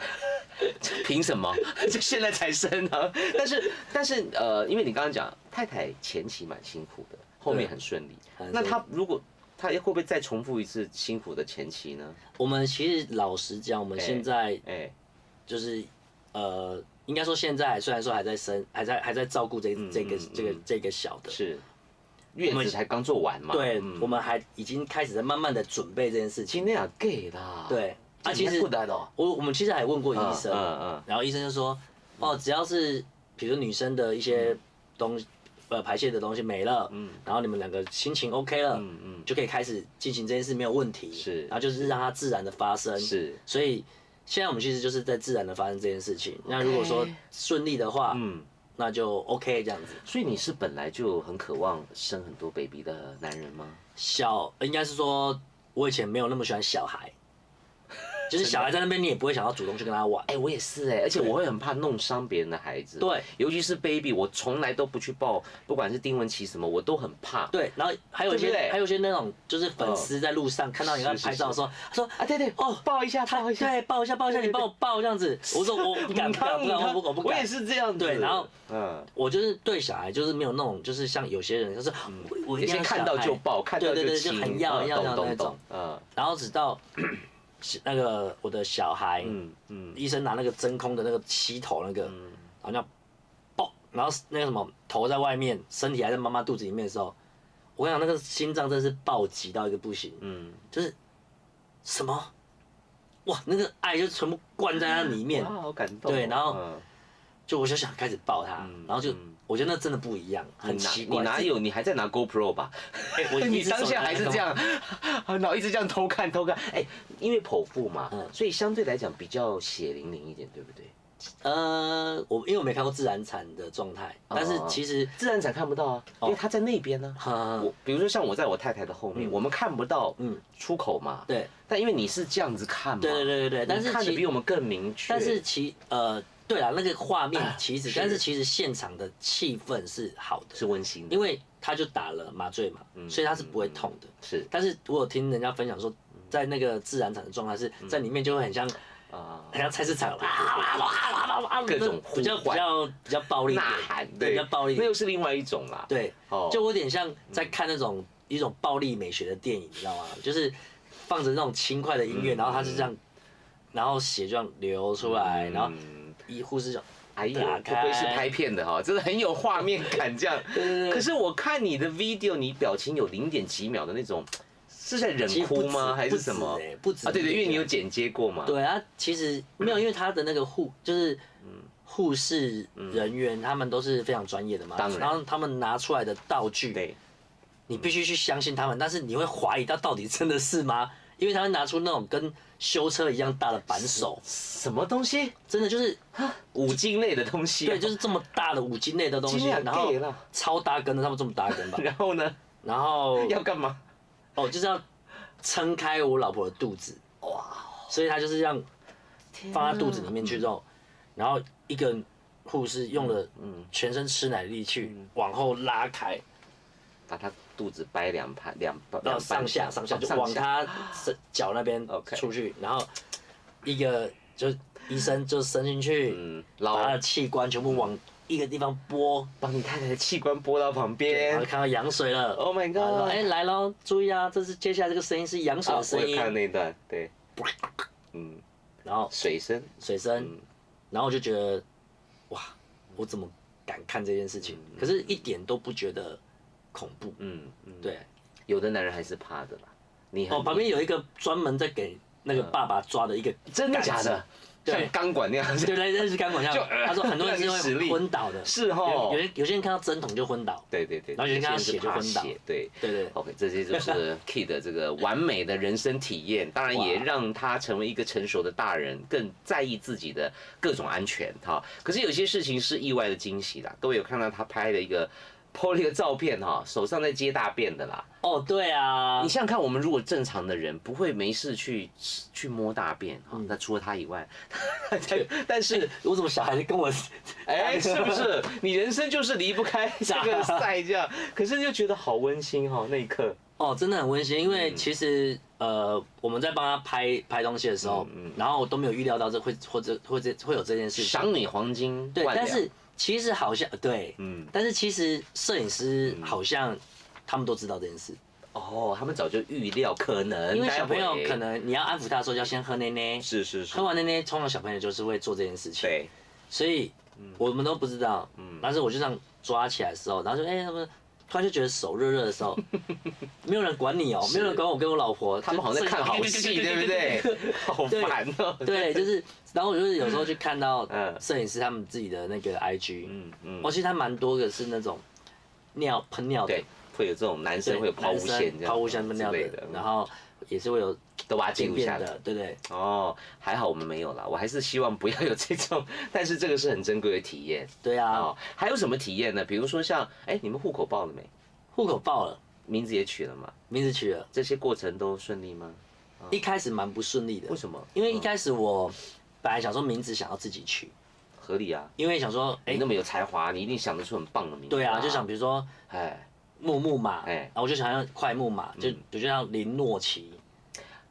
[SPEAKER 1] 凭什么？ 就现在才生 啊！但是但是呃，因为你刚刚讲太太前期蛮辛苦的，后面很顺利。
[SPEAKER 2] 很
[SPEAKER 1] 那
[SPEAKER 2] 顺
[SPEAKER 1] 她如果她会不会再重复一次辛苦的前期呢？
[SPEAKER 2] 我们其实老实讲，我们
[SPEAKER 1] 哎
[SPEAKER 2] 现在
[SPEAKER 1] 哎，
[SPEAKER 2] 就是、呃，应该说现在虽然说还在生，还在还在照顾这、这个、
[SPEAKER 1] 嗯
[SPEAKER 2] 这个
[SPEAKER 1] 嗯
[SPEAKER 2] 这个小的，
[SPEAKER 1] 是月子才刚做完嘛？
[SPEAKER 2] 对、
[SPEAKER 1] 嗯
[SPEAKER 2] 我们还已经开始在慢慢的准备这件事情。
[SPEAKER 1] 今天也给啦。，
[SPEAKER 2] 对，啊，其实
[SPEAKER 1] 不得的。
[SPEAKER 2] 我我们其实还问过医
[SPEAKER 1] 嗯
[SPEAKER 2] 生，
[SPEAKER 1] 嗯嗯
[SPEAKER 2] 然后医生就说，哦，只要是比如女生的一些
[SPEAKER 1] 嗯
[SPEAKER 2] 东西，呃，排泄的东西没了，然后你们两个心情 OK 了，
[SPEAKER 1] 嗯嗯，
[SPEAKER 2] 就可以开始进行这件事，没有问题。
[SPEAKER 1] 是
[SPEAKER 2] 然后就是让它自然的发生。，
[SPEAKER 1] 是
[SPEAKER 2] 所以现在我们其实就是在自然的发生这件事情。那如果说顺利的话，
[SPEAKER 1] 嗯。
[SPEAKER 2] 那就 OK 这样子。
[SPEAKER 1] 所以你是本来就很渴望生很多 baby 的男人吗？
[SPEAKER 2] 小应该是说，我以前没有那么喜欢小孩，就是小孩在那边，你也不会想要主动去跟他玩。
[SPEAKER 1] 哎、我也是哎、而且我会很怕弄伤别人的孩子。
[SPEAKER 2] 对，
[SPEAKER 1] 尤其是 baby，我从来都不去抱，不管是丁文琪什么，我都很怕。
[SPEAKER 2] 对，然后还有一些
[SPEAKER 1] 对不对嗯
[SPEAKER 2] 还有一些那种就是粉丝在路上看到你在
[SPEAKER 1] 是是
[SPEAKER 2] 拍照的时候，他说
[SPEAKER 1] 啊，对对，哦，抱一下，抱一下。
[SPEAKER 2] 对抱一下抱一下，你帮我抱这样子。我说我不敢
[SPEAKER 1] 你
[SPEAKER 2] 不敢
[SPEAKER 1] 看
[SPEAKER 2] 不敢，我
[SPEAKER 1] 我
[SPEAKER 2] 不我不敢。
[SPEAKER 1] 也是这样子。
[SPEAKER 2] 对然后，
[SPEAKER 1] 嗯，
[SPEAKER 2] 我就是对小孩就是没有那种，就是像有些人就是我我
[SPEAKER 1] 嗯
[SPEAKER 2] 一
[SPEAKER 1] 有
[SPEAKER 2] 定
[SPEAKER 1] 些
[SPEAKER 2] 要
[SPEAKER 1] 看
[SPEAKER 2] 小
[SPEAKER 1] 到
[SPEAKER 2] 孩
[SPEAKER 1] 就抱，看到
[SPEAKER 2] 对对对，就
[SPEAKER 1] 亲，
[SPEAKER 2] 很要
[SPEAKER 1] 嗯
[SPEAKER 2] 要要
[SPEAKER 1] 懂
[SPEAKER 2] 那
[SPEAKER 1] 懂
[SPEAKER 2] 种
[SPEAKER 1] 懂。，嗯
[SPEAKER 2] 然后直到那个我的小孩，
[SPEAKER 1] 嗯嗯，
[SPEAKER 2] 医生拿那个真空的那个吸头那个，然后这样爆，然后那个什么头在外面，身体还在妈妈肚子里面的时候，我跟你讲，那个心脏真是暴击到一个不行，
[SPEAKER 1] 嗯
[SPEAKER 2] 就是什么哇，那个爱就全部灌在它里面
[SPEAKER 1] 哇，，好感动哦。
[SPEAKER 2] 嗯对然后
[SPEAKER 1] 嗯
[SPEAKER 2] 就我就想开始抱它
[SPEAKER 1] 嗯，
[SPEAKER 2] 然后就
[SPEAKER 1] 嗯
[SPEAKER 2] 我觉得那真的不一样，很
[SPEAKER 1] 你哪
[SPEAKER 2] 奇
[SPEAKER 1] 你
[SPEAKER 2] 怪。
[SPEAKER 1] 哪有？你还在拿 GoPro 吧？
[SPEAKER 2] 哎 我一
[SPEAKER 1] 你
[SPEAKER 2] 只手
[SPEAKER 1] 当下还是这样，然后一直这样 偷看偷看。哎，因为剖腹嘛
[SPEAKER 2] 嗯，
[SPEAKER 1] 所以相对来讲比较血淋淋一点，对不对？
[SPEAKER 2] 呃，我因为我没看过自然产的状态，但是
[SPEAKER 1] 哦
[SPEAKER 2] 其实，
[SPEAKER 1] 自然产看不到啊，因
[SPEAKER 2] 哦
[SPEAKER 1] 为它在那边呢。
[SPEAKER 2] 呃
[SPEAKER 1] 我比如说像我在我太太的后面，
[SPEAKER 2] 嗯
[SPEAKER 1] 我们看不到
[SPEAKER 2] 嗯，
[SPEAKER 1] 出口嘛。
[SPEAKER 2] 对，
[SPEAKER 1] 但因为你是这样子看嘛，
[SPEAKER 2] 对对对对对，
[SPEAKER 1] 嗯你
[SPEAKER 2] 但是
[SPEAKER 1] 看的
[SPEAKER 2] 其
[SPEAKER 1] 比我们更明确。
[SPEAKER 2] 但是其呃，对啦，那个画面其实，
[SPEAKER 1] 啊是
[SPEAKER 2] 但是其实现场的气氛是好的，
[SPEAKER 1] 是温馨的，
[SPEAKER 2] 因为他就打了麻醉嘛，
[SPEAKER 1] 嗯
[SPEAKER 2] 所以他是不会痛的。
[SPEAKER 1] 是
[SPEAKER 2] 但是我有听人家分享说，
[SPEAKER 1] 嗯
[SPEAKER 2] 在那个自然产的状态是在里面就会很像
[SPEAKER 1] 啊，
[SPEAKER 2] 很像菜市场啦啦啦啦啦啦，
[SPEAKER 1] 各种
[SPEAKER 2] 比较
[SPEAKER 1] 呼
[SPEAKER 2] 比
[SPEAKER 1] 唤
[SPEAKER 2] 较比较暴力一
[SPEAKER 1] 呐
[SPEAKER 2] 点，
[SPEAKER 1] 喊
[SPEAKER 2] 对
[SPEAKER 1] 对，
[SPEAKER 2] 比较暴力一
[SPEAKER 1] 那
[SPEAKER 2] 点，
[SPEAKER 1] 又是另外一种啦。
[SPEAKER 2] 对，
[SPEAKER 1] 哦，
[SPEAKER 2] 就我有点像在看那种一种暴力美学的电影，你知道吗？就是放着那种轻快的音
[SPEAKER 1] 嗯
[SPEAKER 2] 乐，然后他是这样，然后血这样流出来，然后
[SPEAKER 1] 嗯
[SPEAKER 2] 医护是这样，
[SPEAKER 1] 哎呀
[SPEAKER 2] 打，
[SPEAKER 1] 不愧是
[SPEAKER 2] 开
[SPEAKER 1] 拍片的哈，真的很有画面感这样。
[SPEAKER 2] 对对
[SPEAKER 1] 可
[SPEAKER 2] 对，
[SPEAKER 1] 是我看你的 video，你表情有零点几秒的那种，是在
[SPEAKER 2] 其
[SPEAKER 1] 忍
[SPEAKER 2] 实不
[SPEAKER 1] 哭
[SPEAKER 2] 止
[SPEAKER 1] 吗？还是什么？？
[SPEAKER 2] 不止欸不止
[SPEAKER 1] 啊，对对，因为你有
[SPEAKER 2] 一点
[SPEAKER 1] 剪接过嘛。
[SPEAKER 2] 对啊，其实没有，因为他的那个护就是
[SPEAKER 1] 嗯
[SPEAKER 2] 护士人员，他们都是非常专业的嘛，
[SPEAKER 1] 当然
[SPEAKER 2] 后他们拿出来的道具，
[SPEAKER 1] 对，
[SPEAKER 2] 你必须去相信他们，但是你会怀疑他到底真的是吗？因为他会拿出那种跟修车一样大的扳手，
[SPEAKER 1] 什么东西？
[SPEAKER 2] 真的就是
[SPEAKER 1] 五金类的东西啊、
[SPEAKER 2] 对，就是这么大的五斤内的东西，啊
[SPEAKER 1] 斤两
[SPEAKER 2] 然后
[SPEAKER 1] gay 了，
[SPEAKER 2] 超大根的，他们这么大根吧
[SPEAKER 1] 然后 呢？
[SPEAKER 2] 然后
[SPEAKER 1] 要干嘛？
[SPEAKER 2] 哦就是要撑开我老婆的肚子，哇，所以他就是这样放在肚子里面去肉，然后一个护士用了
[SPEAKER 1] 嗯
[SPEAKER 2] 全身吃奶力去往后拉开，
[SPEAKER 1] 把他肚子掰两盘，两半
[SPEAKER 2] 然
[SPEAKER 1] 两
[SPEAKER 2] 后
[SPEAKER 1] 半
[SPEAKER 2] 上下上下就往他身脚那边
[SPEAKER 1] OK
[SPEAKER 2] 出去，然后一个就医生就伸进去，
[SPEAKER 1] 嗯，
[SPEAKER 2] 把他
[SPEAKER 1] 捞
[SPEAKER 2] 的器官全部往一个地方拨，
[SPEAKER 1] 把你太太的器官拨到旁
[SPEAKER 2] 然后
[SPEAKER 1] 边。
[SPEAKER 2] 看到羊水了。
[SPEAKER 1] Oh my
[SPEAKER 2] 然后说
[SPEAKER 1] god！
[SPEAKER 2] 哎，来喽，注意啊，这是接下来这个声音是羊水
[SPEAKER 1] 啊
[SPEAKER 2] 的
[SPEAKER 1] 我
[SPEAKER 2] 声
[SPEAKER 1] 有
[SPEAKER 2] 音
[SPEAKER 1] 看，到那一段，对，嗯，
[SPEAKER 2] 然后
[SPEAKER 1] 水声，
[SPEAKER 2] 水声，然后我就觉得，哇，我怎么敢看这件事情？可是一点都不觉得恐怖，
[SPEAKER 1] 嗯嗯，
[SPEAKER 2] 对。
[SPEAKER 1] 有的男人还是怕的啦。你很
[SPEAKER 2] 哦，旁边有一个专门在给
[SPEAKER 1] 嗯
[SPEAKER 2] 那个爸爸抓的一个，
[SPEAKER 1] 真的假的？
[SPEAKER 2] 对
[SPEAKER 1] 像钢管那样子，
[SPEAKER 2] 对，对，那是开玩笑
[SPEAKER 1] 就。呃哦
[SPEAKER 2] 他说很多人是
[SPEAKER 1] 让你使
[SPEAKER 2] 会
[SPEAKER 1] 力
[SPEAKER 2] 昏 倒的，
[SPEAKER 1] 是
[SPEAKER 2] 有
[SPEAKER 1] 吼
[SPEAKER 2] 有。人有些人看到针筒就昏倒，
[SPEAKER 1] 对对对，
[SPEAKER 2] 然后有人看他
[SPEAKER 1] 有些
[SPEAKER 2] 血
[SPEAKER 1] 是
[SPEAKER 2] 就
[SPEAKER 1] 怕
[SPEAKER 2] 昏倒
[SPEAKER 1] 血，对。
[SPEAKER 2] 对对，
[SPEAKER 1] OK，这些就是 Kid 的这个完美的人生体验，当然也
[SPEAKER 2] 哇
[SPEAKER 1] 让他成为一个成熟的大人，更在意自己的各种安全哈。可是有些事情是意外的惊喜啦，各位有看到他拍了一个。p 了一个照片哈，手上在接大便的啦。
[SPEAKER 2] 哦，对啊
[SPEAKER 1] 你，想想看，我们如果正常的人不会没事去去摸大便
[SPEAKER 2] 嗯
[SPEAKER 1] 哈，那除了他以外， 但是
[SPEAKER 2] 我怎么小孩子跟我，
[SPEAKER 1] 哎，是不 是？你人生就是离不开这个赛这样，可是又觉得好温馨哈、哦，那一刻。
[SPEAKER 2] 哦，真的很温馨，因
[SPEAKER 1] 嗯
[SPEAKER 2] 为其实、呃，我们在帮他拍拍东西的时候，
[SPEAKER 1] 嗯
[SPEAKER 2] 然后我都没有预料到这会或者或者会有这件事情。
[SPEAKER 1] 赏你黄金
[SPEAKER 2] 对，
[SPEAKER 1] 万两
[SPEAKER 2] 但是其实好像对，
[SPEAKER 1] 嗯
[SPEAKER 2] 但是其实摄影师好像他们都知道这件事，
[SPEAKER 1] 哦，他们早就预料可能，
[SPEAKER 2] 因为小朋友
[SPEAKER 1] 待会
[SPEAKER 2] 可能你要安抚他的时候，要先喝奶奶，
[SPEAKER 1] 是是是
[SPEAKER 2] 喝，完奶奶，通常小朋友就是会做这件事情，
[SPEAKER 1] 对，嗯
[SPEAKER 2] 所以我们都不知道。但是我就这样抓起来的时候，然后就哎、他们。突然就觉得手热热的时候， 没有人管你哦、没有人管我跟我老婆，
[SPEAKER 1] 他们好像在看好戏，对不对？好烦哦。
[SPEAKER 2] 对，就是，然后我就是有时候去看到
[SPEAKER 1] 嗯
[SPEAKER 2] 摄影师他们自己的那个 IG，
[SPEAKER 1] 嗯嗯，
[SPEAKER 2] 我其实他蛮多个是那种尿喷尿的，
[SPEAKER 1] 对，会有这种男
[SPEAKER 2] 对，
[SPEAKER 1] 生会有抛物
[SPEAKER 2] 男
[SPEAKER 1] 线
[SPEAKER 2] 生
[SPEAKER 1] 这样，
[SPEAKER 2] 抛物线喷尿
[SPEAKER 1] 之类
[SPEAKER 2] 的，然后也是会有
[SPEAKER 1] 都把它记
[SPEAKER 2] 便
[SPEAKER 1] 录
[SPEAKER 2] 便
[SPEAKER 1] 下来。
[SPEAKER 2] 的，对不对？
[SPEAKER 1] 哦，还好我们没有啦，我还是希望不要有这种，但是这个是很珍贵的体验。
[SPEAKER 2] 对啊
[SPEAKER 1] 哦，，还有什么体验呢？比如说像，哎、你们户口报了没？
[SPEAKER 2] 户口报了，
[SPEAKER 1] 名字也取了嘛？
[SPEAKER 2] 名字取了，
[SPEAKER 1] 这些过程都顺利吗？
[SPEAKER 2] 一开始蛮不顺利的
[SPEAKER 1] 哦为，什么？嗯
[SPEAKER 2] 因为一开始我本来想说名字想要自己取，
[SPEAKER 1] 合理啊，
[SPEAKER 2] 因为想说，
[SPEAKER 1] 你
[SPEAKER 2] 哎，
[SPEAKER 1] 那么有才华，你一定想得出很棒的名字、
[SPEAKER 2] 对啊，就想比如说
[SPEAKER 1] 哎，
[SPEAKER 2] 木木马，
[SPEAKER 1] 哎嗯
[SPEAKER 2] 然后我就想要快木马，就就像林诺奇，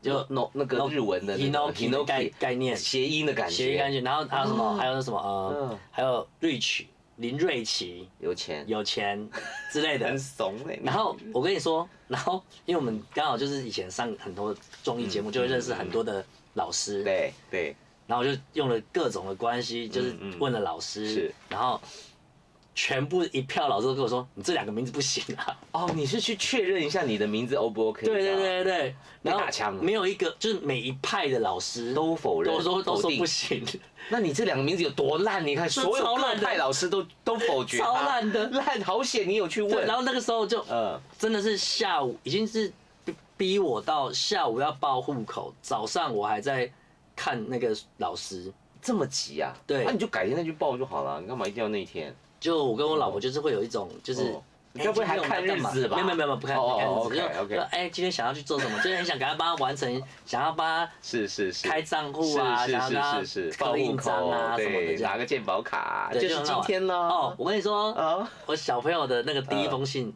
[SPEAKER 2] 就
[SPEAKER 1] 那那个日文的那
[SPEAKER 2] Hinoki 的概概念
[SPEAKER 1] 谐音的感觉，
[SPEAKER 2] 谐音感觉，然后还有什么，还有那什么呃
[SPEAKER 1] 嗯，
[SPEAKER 2] 还有瑞奇林瑞奇
[SPEAKER 1] 有钱，
[SPEAKER 2] 有钱欸之类的
[SPEAKER 1] 很，怂哎、
[SPEAKER 2] 然后我跟你说，然后因为我们刚好就是以前上很多综艺节目，就会认识很多的老师，
[SPEAKER 1] 嗯对对，
[SPEAKER 2] 然后我就用了各种的关系，就是
[SPEAKER 1] 嗯嗯
[SPEAKER 2] 问了老师
[SPEAKER 1] 是，
[SPEAKER 2] 然后全部一票老师都跟我说，你这两个名字不行啊。
[SPEAKER 1] 哦，你是去确认一下你的名字 O 不 OK？
[SPEAKER 2] 对对
[SPEAKER 1] 这样，
[SPEAKER 2] 对对对，
[SPEAKER 1] 被
[SPEAKER 2] 然后
[SPEAKER 1] 打枪了
[SPEAKER 2] 没有一个就是每一派的老师
[SPEAKER 1] 都否认，
[SPEAKER 2] 都说都
[SPEAKER 1] 否
[SPEAKER 2] 说
[SPEAKER 1] 定
[SPEAKER 2] 不行，
[SPEAKER 1] 那你这两个名字有多烂？你看
[SPEAKER 2] 这
[SPEAKER 1] 所有
[SPEAKER 2] 超
[SPEAKER 1] 各
[SPEAKER 2] 烂的
[SPEAKER 1] 派老 师都都否决它，
[SPEAKER 2] 超烂的
[SPEAKER 1] 烂好险你有去
[SPEAKER 2] 对，
[SPEAKER 1] 问
[SPEAKER 2] 然。后那个时候就
[SPEAKER 1] 呃，
[SPEAKER 2] 真的是下午已经是逼逼我到下午要报户口，早上我还在看那个老师。
[SPEAKER 1] 这么急啊？
[SPEAKER 2] 对
[SPEAKER 1] 那你就改天再去报就好了，你干嘛一定要那一天？
[SPEAKER 2] 就我跟我老婆就是会有一种就是哎
[SPEAKER 1] 哦。你该不会还看日子吧
[SPEAKER 2] 没有没有没有，不看
[SPEAKER 1] 哦哦
[SPEAKER 2] 不看
[SPEAKER 1] 哦
[SPEAKER 2] 日子，就
[SPEAKER 1] OK，OK
[SPEAKER 2] 就哎，今天想要去做什么，就是很想赶快帮他完成，想要帮他
[SPEAKER 1] 是是是，
[SPEAKER 2] 开账户啊，
[SPEAKER 1] 是
[SPEAKER 2] 想要帮他
[SPEAKER 1] 是是是，报
[SPEAKER 2] 刻
[SPEAKER 1] 户
[SPEAKER 2] 印章
[SPEAKER 1] 口
[SPEAKER 2] 啊什么的
[SPEAKER 1] 对，
[SPEAKER 2] 这样
[SPEAKER 1] 拿。个健保卡，
[SPEAKER 2] 对
[SPEAKER 1] 就是
[SPEAKER 2] 很
[SPEAKER 1] 今
[SPEAKER 2] 好玩
[SPEAKER 1] 天了。
[SPEAKER 2] 哦，，我跟你说，
[SPEAKER 1] 啊，
[SPEAKER 2] 我小朋友的那个第一封信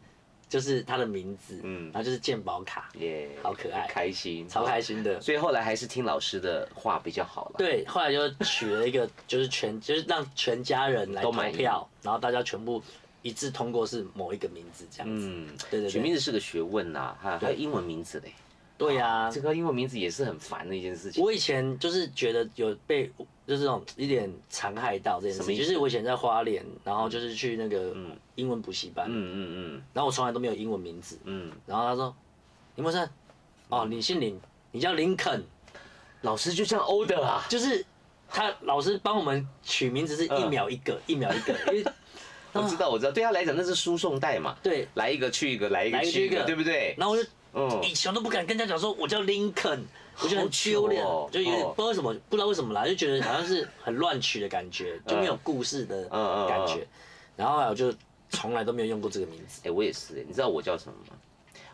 [SPEAKER 2] 就是他的名字，
[SPEAKER 1] 嗯
[SPEAKER 2] 然后就是鉴宝卡，
[SPEAKER 1] 耶，
[SPEAKER 2] 好可爱
[SPEAKER 1] 开心，哦
[SPEAKER 2] 超开心的。
[SPEAKER 1] 所以后来还是听老师的话比较好了。，
[SPEAKER 2] 对，后来就取了一个，就是全就是让全家人来
[SPEAKER 1] 都
[SPEAKER 2] 投
[SPEAKER 1] 满意
[SPEAKER 2] 票，然后大家全部一致通过是某一个名字这样子。
[SPEAKER 1] 嗯，
[SPEAKER 2] 对对
[SPEAKER 1] 取名
[SPEAKER 2] 对，
[SPEAKER 1] 字是个学问呐，哈，还有英文名字嘞，
[SPEAKER 2] 对呀
[SPEAKER 1] 这。个英文名字也是很烦的一件事情。
[SPEAKER 2] 我以前就是觉得有被就是这种一点残害到这件
[SPEAKER 1] 什
[SPEAKER 2] 事
[SPEAKER 1] 么
[SPEAKER 2] 情，
[SPEAKER 1] 意思
[SPEAKER 2] 就是我以前在花莲，然后就是去那个英文补习班，
[SPEAKER 1] 嗯嗯
[SPEAKER 2] 然后我从来都没有英文名字，
[SPEAKER 1] 嗯嗯，
[SPEAKER 2] 然后他说林博生，哦，你姓林，你叫林肯，
[SPEAKER 1] 老师就这样欧的啦。
[SPEAKER 2] 就是他老师帮我们取名字是
[SPEAKER 1] 嗯
[SPEAKER 2] 一秒一个，一秒一个，因为
[SPEAKER 1] 我知道我知道，对他来讲那是输送带嘛，
[SPEAKER 2] 对，
[SPEAKER 1] 来一个去一个，来一
[SPEAKER 2] 来
[SPEAKER 1] 个
[SPEAKER 2] 一个
[SPEAKER 1] 去一
[SPEAKER 2] 去一
[SPEAKER 1] 个，
[SPEAKER 2] 个
[SPEAKER 1] 对不对？
[SPEAKER 2] 然后我就
[SPEAKER 1] 嗯，
[SPEAKER 2] 以前都不敢跟他讲说我叫林肯，我觉得
[SPEAKER 1] 好
[SPEAKER 2] 很丢脸
[SPEAKER 1] 糗哦，
[SPEAKER 2] 就有点
[SPEAKER 1] 哦
[SPEAKER 2] 不知道为什么，不知道为什么啦，就觉得好像是很乱取的感觉，就没有故事的
[SPEAKER 1] 嗯嗯嗯
[SPEAKER 2] 感觉
[SPEAKER 1] 嗯，
[SPEAKER 2] 然后后来我就从来都没有用过这个名字，
[SPEAKER 1] 哎，我也是欸，你知道我叫什么吗？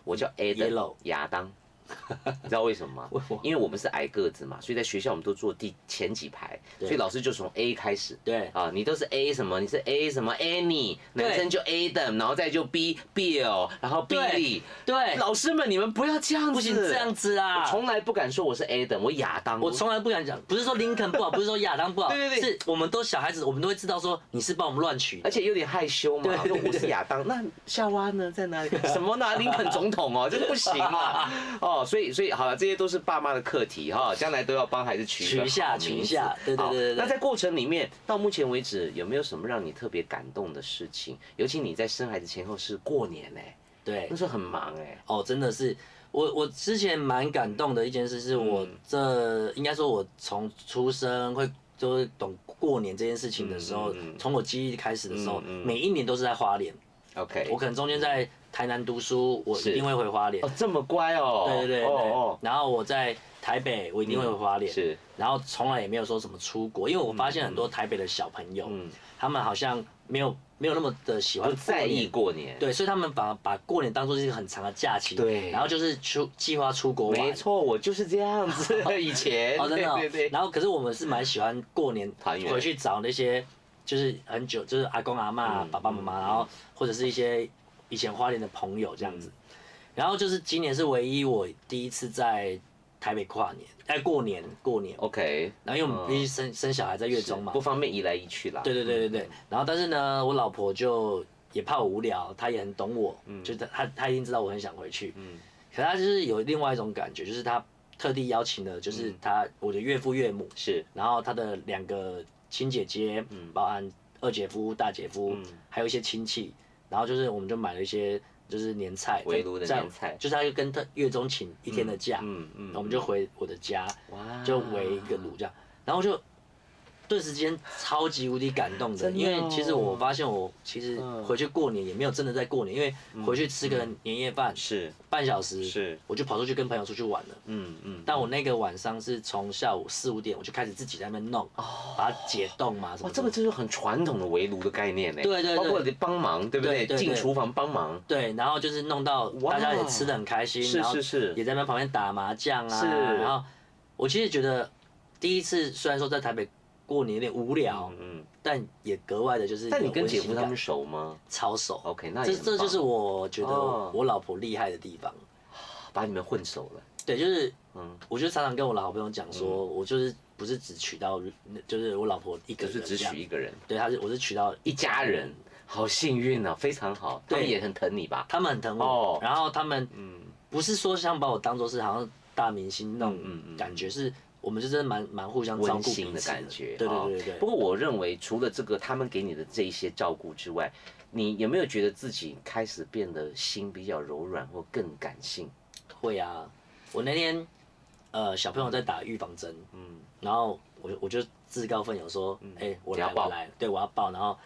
[SPEAKER 1] 我叫 Adam
[SPEAKER 2] Yellow
[SPEAKER 1] 亚当， 你知道为什么吗？
[SPEAKER 2] 为什么
[SPEAKER 1] 因为我们是矮个子嘛，所以在学校我们都坐第前几排，所以老师就从 A 开始。
[SPEAKER 2] 对
[SPEAKER 1] 啊，你都是 A 什么？你是 A 什么 Annie，
[SPEAKER 2] 对
[SPEAKER 1] 男生就 Adam，然后再就 B Bill，然后 Billy。
[SPEAKER 2] 对，
[SPEAKER 1] 老师们，你们不要这样子，
[SPEAKER 2] 不行这样子
[SPEAKER 1] 我
[SPEAKER 2] 啊。
[SPEAKER 1] 从来不敢说我是 Adam，我亚当。
[SPEAKER 2] 我从来不敢讲，不是说林肯不好，不是说亚当不 好，
[SPEAKER 1] 对对对哎
[SPEAKER 2] 是我们都小孩子，我们都会知道说你是帮我们乱取的
[SPEAKER 1] 而且有点害羞嘛，
[SPEAKER 2] 对对
[SPEAKER 1] 说我是亚当，那夏娃呢在 哪里？什么呢？林肯总统哦，这个不行嘛。哦，所以所以好了，这些都是爸妈的课题哈、将来都要帮孩子取一个
[SPEAKER 2] 取一下
[SPEAKER 1] 好名字
[SPEAKER 2] 取一下对对
[SPEAKER 1] 好
[SPEAKER 2] 对对对
[SPEAKER 1] 那在过程里面，到目前为止有没有什么让你特别感动的事情？尤其你在生孩子前后是过年哎、
[SPEAKER 2] 对
[SPEAKER 1] 那，时候很忙哎、
[SPEAKER 2] 哦，真的是，我我之前蛮感动的一件事，是我
[SPEAKER 1] 嗯
[SPEAKER 2] 这、应该说，我从出生会就是懂过年这件事情的时候
[SPEAKER 1] 嗯嗯嗯，
[SPEAKER 2] 从、我记忆开始的时候，
[SPEAKER 1] 嗯嗯
[SPEAKER 2] 每一年都是在花莲。
[SPEAKER 1] OK，
[SPEAKER 2] 我可能中间在台南读书，我
[SPEAKER 1] 是
[SPEAKER 2] 一定会回花莲。
[SPEAKER 1] 哦这么乖哦，
[SPEAKER 2] 对对对对，
[SPEAKER 1] 哦
[SPEAKER 2] 然后我在台北，我一定会回花
[SPEAKER 1] 哦
[SPEAKER 2] 莲。
[SPEAKER 1] 是
[SPEAKER 2] 然后从来也没有说什么出国，因为我发现很多台北的小朋友，
[SPEAKER 1] 嗯
[SPEAKER 2] 他们好像没有没有那么的喜欢
[SPEAKER 1] 不在
[SPEAKER 2] 过年
[SPEAKER 1] 意过年，
[SPEAKER 2] 对，所以他们把把过年当做是一个很长的假期，
[SPEAKER 1] 对
[SPEAKER 2] 然后就是出计划出国玩，
[SPEAKER 1] 没错，我就是这样子， 以前
[SPEAKER 2] 哦，真的哦、
[SPEAKER 1] 对对对，
[SPEAKER 2] 然后可是我们是蛮喜欢过年
[SPEAKER 1] 团圆
[SPEAKER 2] 回去找那些就是很久就是阿公阿妈、
[SPEAKER 1] 嗯
[SPEAKER 2] 爸爸妈妈，然后或者是一些以前花莲的朋友这样子。
[SPEAKER 1] 嗯
[SPEAKER 2] 然后就是今年是唯一我第一次在台北跨年，哎，过年过年。
[SPEAKER 1] OK，
[SPEAKER 2] 然后因为我
[SPEAKER 1] 嗯
[SPEAKER 2] 们必须生、生小孩在月中嘛
[SPEAKER 1] 不，方便移来移去啦。
[SPEAKER 2] 对对对
[SPEAKER 1] 嗯
[SPEAKER 2] 对对。然后但是呢，我老婆就也怕我无聊，她也很懂我，就她她她一定知道我很想回去。
[SPEAKER 1] 嗯
[SPEAKER 2] 可她就是有另外一种感觉，就是她特地邀请了，
[SPEAKER 1] 嗯
[SPEAKER 2] 就是她、我的岳父岳母，
[SPEAKER 1] 是
[SPEAKER 2] 然后她的两个亲姐姐，
[SPEAKER 1] 嗯
[SPEAKER 2] 包含二姐夫、大姐夫，还有一些亲戚。然后就是我们就买了一些就是年菜，
[SPEAKER 1] 围炉的
[SPEAKER 2] 在
[SPEAKER 1] 年菜
[SPEAKER 2] 就是她就跟特月中请一天的假，
[SPEAKER 1] 嗯嗯
[SPEAKER 2] 然后我们就回我的家。
[SPEAKER 1] 哇
[SPEAKER 2] 就围一个炉这样，然后就顿时间超级无敌感动的，
[SPEAKER 1] 真的
[SPEAKER 2] 因为其实我
[SPEAKER 1] 哦
[SPEAKER 2] 发现我其实
[SPEAKER 1] 嗯
[SPEAKER 2] 回去过年也没有真的在过年，因为回去吃个年夜饭
[SPEAKER 1] 是
[SPEAKER 2] 半小时，
[SPEAKER 1] 嗯是
[SPEAKER 2] 我就跑出去跟朋友出去玩了。
[SPEAKER 1] 嗯嗯，
[SPEAKER 2] 嗯但我那个晚上是从下午四五点我就开始自己在那边弄，把它解冻嘛什
[SPEAKER 1] 哦哇，
[SPEAKER 2] 么
[SPEAKER 1] 这
[SPEAKER 2] 的。
[SPEAKER 1] 个就是很传统的围炉的概念呢。
[SPEAKER 2] 对对对
[SPEAKER 1] 包括你帮忙，对不对？
[SPEAKER 2] 对对对
[SPEAKER 1] 进厨房帮忙，
[SPEAKER 2] 对，然后就是弄到
[SPEAKER 1] 哇
[SPEAKER 2] 大家也吃的很开心，
[SPEAKER 1] 是
[SPEAKER 2] 然后
[SPEAKER 1] 是
[SPEAKER 2] 也
[SPEAKER 1] 是，
[SPEAKER 2] 在那边旁边打麻将啊。
[SPEAKER 1] 是
[SPEAKER 2] 然后我其实觉得第一次虽然说在台北过年有点无聊，
[SPEAKER 1] 嗯。
[SPEAKER 2] 但也格外的就是。
[SPEAKER 1] 但你跟姐夫他们熟吗
[SPEAKER 2] 操守，
[SPEAKER 1] ？OK，那
[SPEAKER 2] 这
[SPEAKER 1] 也很
[SPEAKER 2] 这就是
[SPEAKER 1] 棒
[SPEAKER 2] 我觉得
[SPEAKER 1] 哦
[SPEAKER 2] 我老婆厉害的地方。
[SPEAKER 1] 把你们混熟了。
[SPEAKER 2] 对，就是
[SPEAKER 1] 嗯，
[SPEAKER 2] 我就常常跟我的好朋友讲说，我就是不是只娶到，就是我老婆一个
[SPEAKER 1] 就
[SPEAKER 2] 人，
[SPEAKER 1] 是只娶，一个人，
[SPEAKER 2] 对，她是我是娶到
[SPEAKER 1] 一家人，好幸运啊，非常好。他
[SPEAKER 2] 对
[SPEAKER 1] 们也很疼你吧？
[SPEAKER 2] 他们很疼我，
[SPEAKER 1] 哦
[SPEAKER 2] 然后他们
[SPEAKER 1] 嗯，
[SPEAKER 2] 不是说像把我当做是好像大明星那
[SPEAKER 1] 嗯嗯嗯
[SPEAKER 2] 种感觉，是我们就真的蛮蛮互相照
[SPEAKER 1] 温
[SPEAKER 2] 顾彼
[SPEAKER 1] 馨的
[SPEAKER 2] 此
[SPEAKER 1] 感觉。
[SPEAKER 2] 对
[SPEAKER 1] 哦
[SPEAKER 2] 对对对
[SPEAKER 1] 不
[SPEAKER 2] 对。
[SPEAKER 1] 过我认为，除了这个他们给你的这一些照顾之外，你有没有觉得自己开始变得心比较柔软或更感性？
[SPEAKER 2] 会啊，我那天呃小朋友在打预防针，嗯，然后我我就自告奋勇说，哎、我
[SPEAKER 1] 你要
[SPEAKER 2] 来
[SPEAKER 1] 抱
[SPEAKER 2] 我来，对我要抱，然后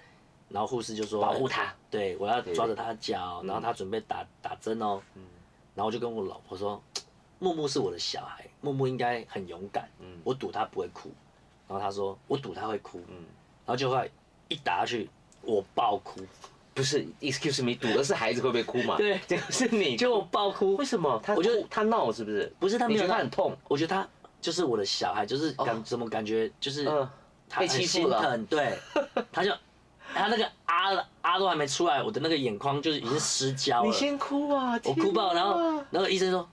[SPEAKER 2] 然后护士就说哎
[SPEAKER 1] 保护他，
[SPEAKER 2] 对，我要抓着他的脚，然后他准备打打针哦。然后我就跟我老婆说，木木是我的小孩，木木应该很勇敢，我赌他不会哭。然后她说，我赌他会哭。然后就会一打下去，我爆哭，
[SPEAKER 1] 不是，excuse me，赌的是孩子会不会哭嘛？
[SPEAKER 2] 对
[SPEAKER 1] 这个 是你
[SPEAKER 2] 就我爆哭
[SPEAKER 1] 为。什么他？
[SPEAKER 2] 我觉得
[SPEAKER 1] 他闹是不是？
[SPEAKER 2] 不是他
[SPEAKER 1] 你
[SPEAKER 2] 没有
[SPEAKER 1] 觉得他
[SPEAKER 2] 闹
[SPEAKER 1] 很痛？
[SPEAKER 2] 我觉得他就是我的小孩，就是感、怎么感觉就是
[SPEAKER 1] 嗯
[SPEAKER 2] 他
[SPEAKER 1] 被
[SPEAKER 2] 很
[SPEAKER 1] 欺负
[SPEAKER 2] 心
[SPEAKER 1] 了
[SPEAKER 2] 疼，对，他就他那个啊了啊都还没出来，我的那个眼眶就是已经失焦
[SPEAKER 1] 你
[SPEAKER 2] 了，
[SPEAKER 1] 先啊哭啊！
[SPEAKER 2] 我哭爆，
[SPEAKER 1] 天哪
[SPEAKER 2] 然后然后医生说，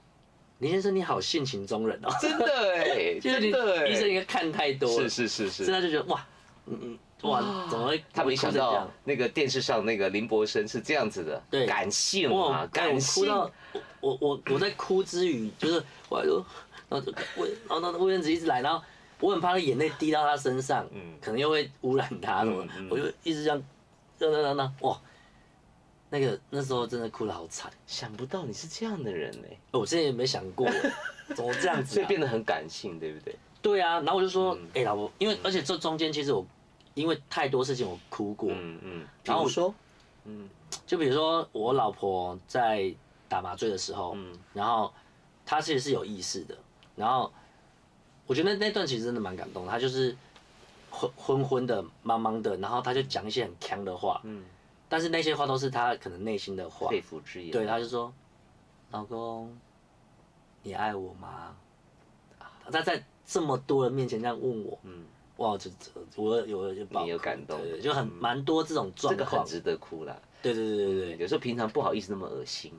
[SPEAKER 2] 林先生你好性情 中人哦，
[SPEAKER 1] 真的哎，
[SPEAKER 2] 就是
[SPEAKER 1] 真
[SPEAKER 2] 你
[SPEAKER 1] 的哎，
[SPEAKER 2] 医生应该看太多了，
[SPEAKER 1] 是是是
[SPEAKER 2] 所以
[SPEAKER 1] 是。
[SPEAKER 2] 他就觉得哇，嗯嗯哇，怎么会
[SPEAKER 1] 他没
[SPEAKER 2] 哭
[SPEAKER 1] 想
[SPEAKER 2] 成这样
[SPEAKER 1] 到？那个电视上那个林柏生是这样子的，
[SPEAKER 2] 对
[SPEAKER 1] 感性
[SPEAKER 2] 哇
[SPEAKER 1] 啊，，
[SPEAKER 2] 哎我
[SPEAKER 1] 感
[SPEAKER 2] 哭
[SPEAKER 1] 性，
[SPEAKER 2] 到我我我我在哭之余，就是我还说，然后就卫，然后那卫生纸一直来，然后我很怕眼泪滴到他身上，
[SPEAKER 1] 嗯
[SPEAKER 2] 可能又会污染他什么，我就一直这样，这样这样这样，哇，那个那时候真的哭得好惨，哦
[SPEAKER 1] 想不到你是这样的人哎，
[SPEAKER 2] 我之前也没想过，怎么这样子、
[SPEAKER 1] 所以
[SPEAKER 2] 啊？
[SPEAKER 1] 变得嗯很感性，对不对？
[SPEAKER 2] 对啊，然后我就说，哎、老婆，因为而且这中间其实我因为太多事情我哭过，
[SPEAKER 1] 嗯嗯。
[SPEAKER 2] 然后我
[SPEAKER 1] 说，
[SPEAKER 2] 就比如说我老婆在打麻醉的时候，然后她其实是有意识的，然后我觉得那那段其实真的蛮感动的，她就是昏昏昏的、茫茫的，然后她就讲一些很强的话，但是那些话都是她可能内心的话，
[SPEAKER 1] 肺腑嗯之言，
[SPEAKER 2] 对，她就说，老公，你爱我吗？她在这么多人面前这样问我，嗯，哇，这这我有有爆
[SPEAKER 1] 你有
[SPEAKER 2] 哭
[SPEAKER 1] 感动
[SPEAKER 2] 对就很蛮多这种状
[SPEAKER 1] 这个很
[SPEAKER 2] 况，
[SPEAKER 1] 值得哭啦。
[SPEAKER 2] 对对对对对。
[SPEAKER 1] 有时候平常不好意思那么恶心，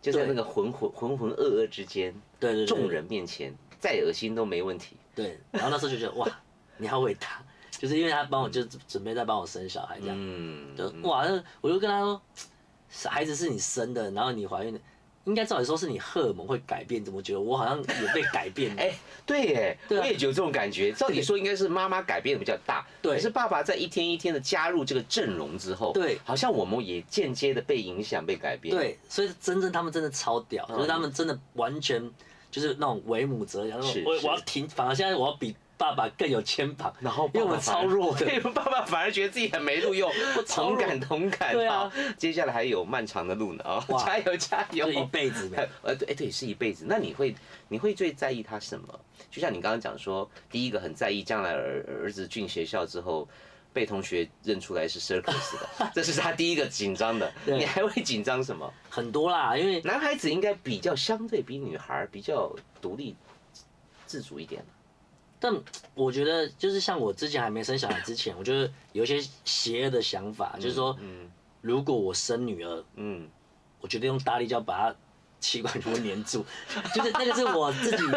[SPEAKER 1] 就在
[SPEAKER 2] 对
[SPEAKER 1] 那个浑浑浑浑噩噩之间，
[SPEAKER 2] 对对对，
[SPEAKER 1] 众人面前再恶心都没问题。
[SPEAKER 2] 对，然后那时候就觉得哇，你好伟大，就是因为他帮我就准备在帮我生小孩这样，
[SPEAKER 1] 嗯，
[SPEAKER 2] 就哇，那我就跟他说，孩子是你生的，然后你怀孕的，应该照理说是你荷尔蒙会改变，怎么觉得我好像也被改 变了？
[SPEAKER 1] 哎、对耶，
[SPEAKER 2] 对啊
[SPEAKER 1] 我也有这种感觉。照理说应该是妈妈改变的比较大，
[SPEAKER 2] 对
[SPEAKER 1] 可是爸爸在一天一天的加入这个阵容之后，
[SPEAKER 2] 对
[SPEAKER 1] 好像我们也间接的被影响、被改变。，
[SPEAKER 2] 对，所以真正他们真的超屌，
[SPEAKER 1] 哦
[SPEAKER 2] 就是他们真的完全就是那种为母则强，那
[SPEAKER 1] 是
[SPEAKER 2] 种我
[SPEAKER 1] 是
[SPEAKER 2] 我要挺，反而现在我要比爸爸更有 肩膀，
[SPEAKER 1] 然后
[SPEAKER 2] 因为我
[SPEAKER 1] 爸
[SPEAKER 2] 们
[SPEAKER 1] 爸反而
[SPEAKER 2] 超弱 的，
[SPEAKER 1] 对，爸爸反而觉得自己很没路用，
[SPEAKER 2] 超
[SPEAKER 1] 同
[SPEAKER 2] 弱
[SPEAKER 1] 感同感。
[SPEAKER 2] 对啊
[SPEAKER 1] 好，接下来还有漫长的路呢啊、
[SPEAKER 2] 哇
[SPEAKER 1] 加油加油！
[SPEAKER 2] 就一辈 子没有。
[SPEAKER 1] 呃，对，哎，对，是一辈子。那你会，你会最在意他什么？就像你刚刚讲说，第一个很在意将来儿儿子进学校之后，被同学认出来是 circus 的，这是他第一个紧张的。
[SPEAKER 2] 对
[SPEAKER 1] 你还会紧张什么？
[SPEAKER 2] 很多啦，因为
[SPEAKER 1] 男孩子应该比较相对比女孩儿比较独立、自主一点。
[SPEAKER 2] 但我觉得就是像我之前还没生小孩之前，我就是有一些邪恶的想法，就是说，如果我生女儿，
[SPEAKER 1] 嗯，
[SPEAKER 2] 我决定用大力胶把她气管全部粘住， 就是那个是我自己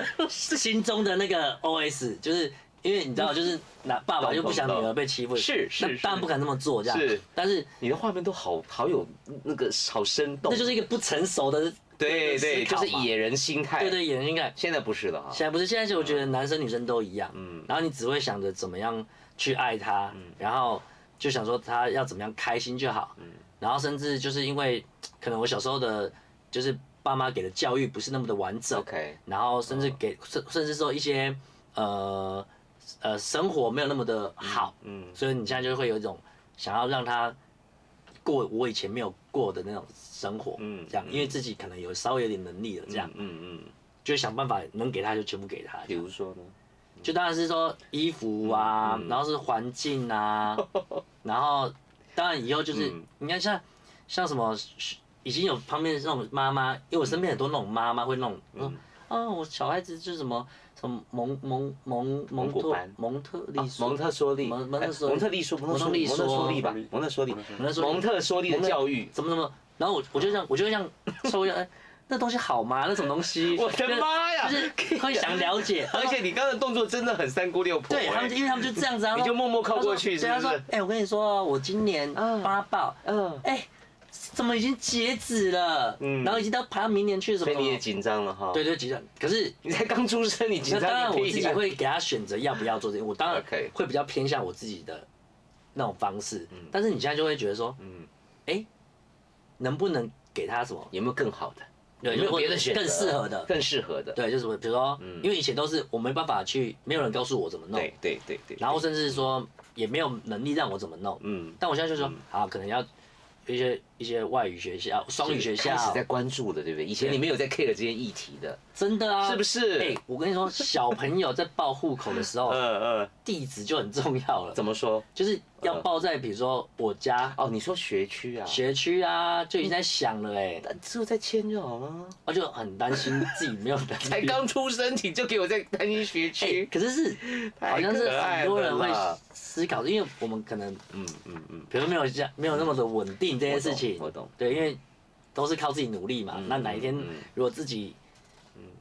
[SPEAKER 2] 心中的那个 OS，就是因为你知道，就是那爸爸就不想女儿被欺负，
[SPEAKER 1] 是是
[SPEAKER 2] 那当然
[SPEAKER 1] 是
[SPEAKER 2] 不敢那么做这样，
[SPEAKER 1] 是
[SPEAKER 2] 但是
[SPEAKER 1] 你的画面都好好有那个好生动。
[SPEAKER 2] 那就是一个不成熟的，
[SPEAKER 1] 对
[SPEAKER 2] 思
[SPEAKER 1] 对，就
[SPEAKER 2] 考
[SPEAKER 1] 是
[SPEAKER 2] 嘛
[SPEAKER 1] 野人心态。
[SPEAKER 2] 对，对，眼睛看。
[SPEAKER 1] 现在不是了哈。
[SPEAKER 2] 现在不是，现在是我觉得男生女生都一样，嗯，然后你只会想着怎么样去爱他，
[SPEAKER 1] 嗯
[SPEAKER 2] 然后就想说他要怎么样开心就好，嗯，然后甚至就是因为可能我小时候的，就是爸妈给的教育不是那么的完整
[SPEAKER 1] OK，
[SPEAKER 2] 然后甚
[SPEAKER 1] 哦
[SPEAKER 2] 至给甚、甚至说一些呃呃生活没有那么的好，嗯，所以你现在就会有一种想要让他过我以前没有过的那种生活，嗯
[SPEAKER 1] 嗯，
[SPEAKER 2] 这样，因为自己可能有稍微有点能力了，这样。
[SPEAKER 1] 嗯嗯嗯，
[SPEAKER 2] 就想办法能给他就全部给他，
[SPEAKER 1] 比如说呢？
[SPEAKER 2] 就当然是说衣服啊，
[SPEAKER 1] 嗯
[SPEAKER 2] 然后是环境 啊，然后当然以后就是、
[SPEAKER 1] 嗯
[SPEAKER 2] 你看像像什么已经有旁边的那种妈妈，因为我身边很多那种妈妈会那种，嗯、啊我小孩子就是什么什么蒙蒙蒙蒙
[SPEAKER 1] 古
[SPEAKER 2] 特
[SPEAKER 1] 班
[SPEAKER 2] 蒙特利
[SPEAKER 1] 啊
[SPEAKER 2] 苏
[SPEAKER 1] 蒙特梭利，
[SPEAKER 2] 蒙蒙
[SPEAKER 1] 哎
[SPEAKER 2] 特梭利
[SPEAKER 1] 蒙特利说，蒙特
[SPEAKER 2] 蒙特
[SPEAKER 1] 蒙特
[SPEAKER 2] 利
[SPEAKER 1] 梭
[SPEAKER 2] 说
[SPEAKER 1] 利吧，蒙特梭利，
[SPEAKER 2] 特梭利
[SPEAKER 1] 蒙特梭利的教育。
[SPEAKER 2] 怎么怎么，然后我我就这样我就这样 抽一下，哎那东西好吗？那什么东西？
[SPEAKER 1] 我的妈呀！
[SPEAKER 2] 就是会想 了解，
[SPEAKER 1] 而且你刚刚的动作真的很三姑六婆哎。
[SPEAKER 2] 对他们就，因为他们就这样子啊，
[SPEAKER 1] 你就默默靠
[SPEAKER 2] 他说
[SPEAKER 1] 过去
[SPEAKER 2] 对，他
[SPEAKER 1] 是不
[SPEAKER 2] 说
[SPEAKER 1] 是：“
[SPEAKER 2] 哎、我跟你说，我今年
[SPEAKER 1] 嗯
[SPEAKER 2] 帮他报，
[SPEAKER 1] 嗯
[SPEAKER 2] 哎、怎么已经截止了？
[SPEAKER 1] 嗯
[SPEAKER 2] 然后已经到排到明年去什
[SPEAKER 1] 所
[SPEAKER 2] 么？
[SPEAKER 1] 以你也紧张了哈。
[SPEAKER 2] 对，对，紧张。可是
[SPEAKER 1] 你才刚出生，你紧
[SPEAKER 2] 那
[SPEAKER 1] 张
[SPEAKER 2] 当然
[SPEAKER 1] 个
[SPEAKER 2] 我
[SPEAKER 1] 屁
[SPEAKER 2] 自己
[SPEAKER 1] 呀
[SPEAKER 2] 会给他选择要不要做这些，我当然
[SPEAKER 1] OK
[SPEAKER 2] 会比较偏向我自己的那种方式。但是你现在就会觉得说，
[SPEAKER 1] 嗯
[SPEAKER 2] 嗯，哎，能不能给他什么？
[SPEAKER 1] 有没有更好的？
[SPEAKER 2] 对
[SPEAKER 1] 有没有别的
[SPEAKER 2] 或者
[SPEAKER 1] 选择？
[SPEAKER 2] 更适合的
[SPEAKER 1] 更适合的。
[SPEAKER 2] 对，就是比如说，因为以前都是我没办法去，没有人告诉我怎么弄，
[SPEAKER 1] 对对对对。
[SPEAKER 2] 然后甚至说也没有能力让我怎么弄。
[SPEAKER 1] 嗯，
[SPEAKER 2] 但我现在就说，啊，可能要一些一些外语学校、双语学校
[SPEAKER 1] 开，始在关注的，对不对？以前你没有在 care 这些议题的，
[SPEAKER 2] 真的啊，
[SPEAKER 1] 是不？是？
[SPEAKER 2] 哎，嗯我跟 你说，小朋友在报户口的时候，
[SPEAKER 1] 呃呃，
[SPEAKER 2] 地址就很重要了，
[SPEAKER 1] 怎么说？
[SPEAKER 2] 就是要报在比如说我家
[SPEAKER 1] 哦，你说学区啊，
[SPEAKER 2] 学区啊，就已经在想了哎，
[SPEAKER 1] 但只有在签就好了。
[SPEAKER 2] 我就很担心自己没有能
[SPEAKER 1] 才
[SPEAKER 2] 力。
[SPEAKER 1] 刚出生，你就给我在担心学
[SPEAKER 2] 哎、
[SPEAKER 1] 区，
[SPEAKER 2] 可是是
[SPEAKER 1] 太
[SPEAKER 2] 好像是
[SPEAKER 1] 可爱
[SPEAKER 2] 很多人
[SPEAKER 1] 了
[SPEAKER 2] 会
[SPEAKER 1] 啦
[SPEAKER 2] 思考，因为我们可能
[SPEAKER 1] 嗯嗯嗯，
[SPEAKER 2] 比如没有这样没有那么的稳定这件事情，
[SPEAKER 1] 我懂我懂
[SPEAKER 2] 对，因为都是靠自己努力嘛。那哪一天
[SPEAKER 1] 嗯嗯
[SPEAKER 2] 如果自己，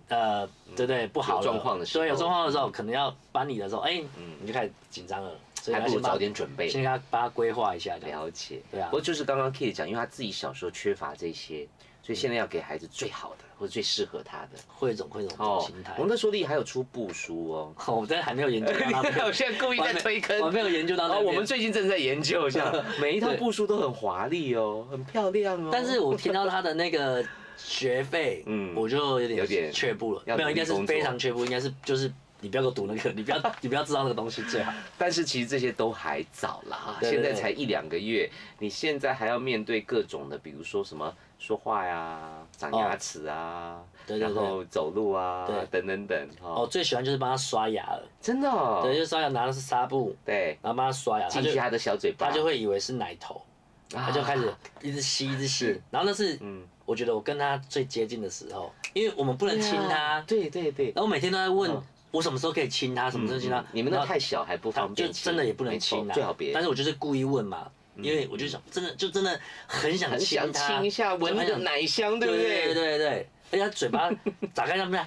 [SPEAKER 2] 呃，对不对，不好了
[SPEAKER 1] 有状况的时候嗯
[SPEAKER 2] 对，有状况的时候，可能要搬你的时候，哎，你就开始紧张了，所以
[SPEAKER 1] 还
[SPEAKER 2] 要
[SPEAKER 1] 不如
[SPEAKER 2] 先把
[SPEAKER 1] 早点准备。
[SPEAKER 2] 先给他帮他规划一下，这样。
[SPEAKER 1] 了解，
[SPEAKER 2] 对啊
[SPEAKER 1] 不过就是刚刚 Kid 讲，因为他自己小时候缺乏这些，所以现在要给孩子最好
[SPEAKER 2] 嗯
[SPEAKER 1] 的或者最适合他的。
[SPEAKER 2] 会有一种会有一种
[SPEAKER 1] 哦
[SPEAKER 2] 心态，。
[SPEAKER 1] 我那时候厉害，还有出布书 哦。，
[SPEAKER 2] 我真的还没有研究到那 边
[SPEAKER 1] 我现在故意在推坑
[SPEAKER 2] 我没有研究到那
[SPEAKER 1] 哦，
[SPEAKER 2] 边。
[SPEAKER 1] 我们最近正在研究一 下，每一套布书都很华丽哦，很漂亮哦。
[SPEAKER 2] 但是我听到他的那个学费，
[SPEAKER 1] 嗯
[SPEAKER 2] 嗯，我就有
[SPEAKER 1] 有点
[SPEAKER 2] 点却步了。
[SPEAKER 1] 要
[SPEAKER 2] 没有，应该是
[SPEAKER 1] 努力工作
[SPEAKER 2] 非常却步，应该是就是你不要给我读那个，你不要你不要知道那个东西最好。
[SPEAKER 1] 但是其实这些都还早啦，
[SPEAKER 2] 对对
[SPEAKER 1] 现
[SPEAKER 2] 对
[SPEAKER 1] 在才一两个月，你现在还要面对各种的，比如说什么说话呀、长牙齿啊，
[SPEAKER 2] 哦对对
[SPEAKER 1] 然
[SPEAKER 2] 对
[SPEAKER 1] 后走路啊
[SPEAKER 2] 对，
[SPEAKER 1] 等等等。
[SPEAKER 2] 我
[SPEAKER 1] 哦，
[SPEAKER 2] 最喜欢就是帮他刷牙了，
[SPEAKER 1] 真的哦，
[SPEAKER 2] 对，就是刷牙拿的是纱布，
[SPEAKER 1] 对，
[SPEAKER 2] 然后帮他刷牙，他
[SPEAKER 1] 进
[SPEAKER 2] 就
[SPEAKER 1] 去他的小嘴巴，啊
[SPEAKER 2] 他就会以为是奶头，他就开始一直吸一直吸
[SPEAKER 1] 是，
[SPEAKER 2] 然后那是
[SPEAKER 1] 嗯
[SPEAKER 2] 我觉得我跟他最接近的时候，因为我们不能亲他，
[SPEAKER 1] 对啊对对，
[SPEAKER 2] 然后我每天都在问
[SPEAKER 1] 嗯
[SPEAKER 2] 我什么时候可以亲他，什么时候亲他
[SPEAKER 1] 嗯，你们那
[SPEAKER 2] 然后
[SPEAKER 1] 太小还不
[SPEAKER 2] 他
[SPEAKER 1] 方便
[SPEAKER 2] 就
[SPEAKER 1] 亲，
[SPEAKER 2] 真的也不能
[SPEAKER 1] 没错
[SPEAKER 2] 亲啦，
[SPEAKER 1] 最好别。
[SPEAKER 2] 但是我就是故意问嘛，因为我就想，真的就真的很想
[SPEAKER 1] 很想
[SPEAKER 2] 他
[SPEAKER 1] 亲一下，闻那
[SPEAKER 2] 很
[SPEAKER 1] 个
[SPEAKER 2] 想
[SPEAKER 1] 奶香，对
[SPEAKER 2] 对
[SPEAKER 1] 不
[SPEAKER 2] 对
[SPEAKER 1] 对？
[SPEAKER 2] 对对对，而且他嘴巴打开上面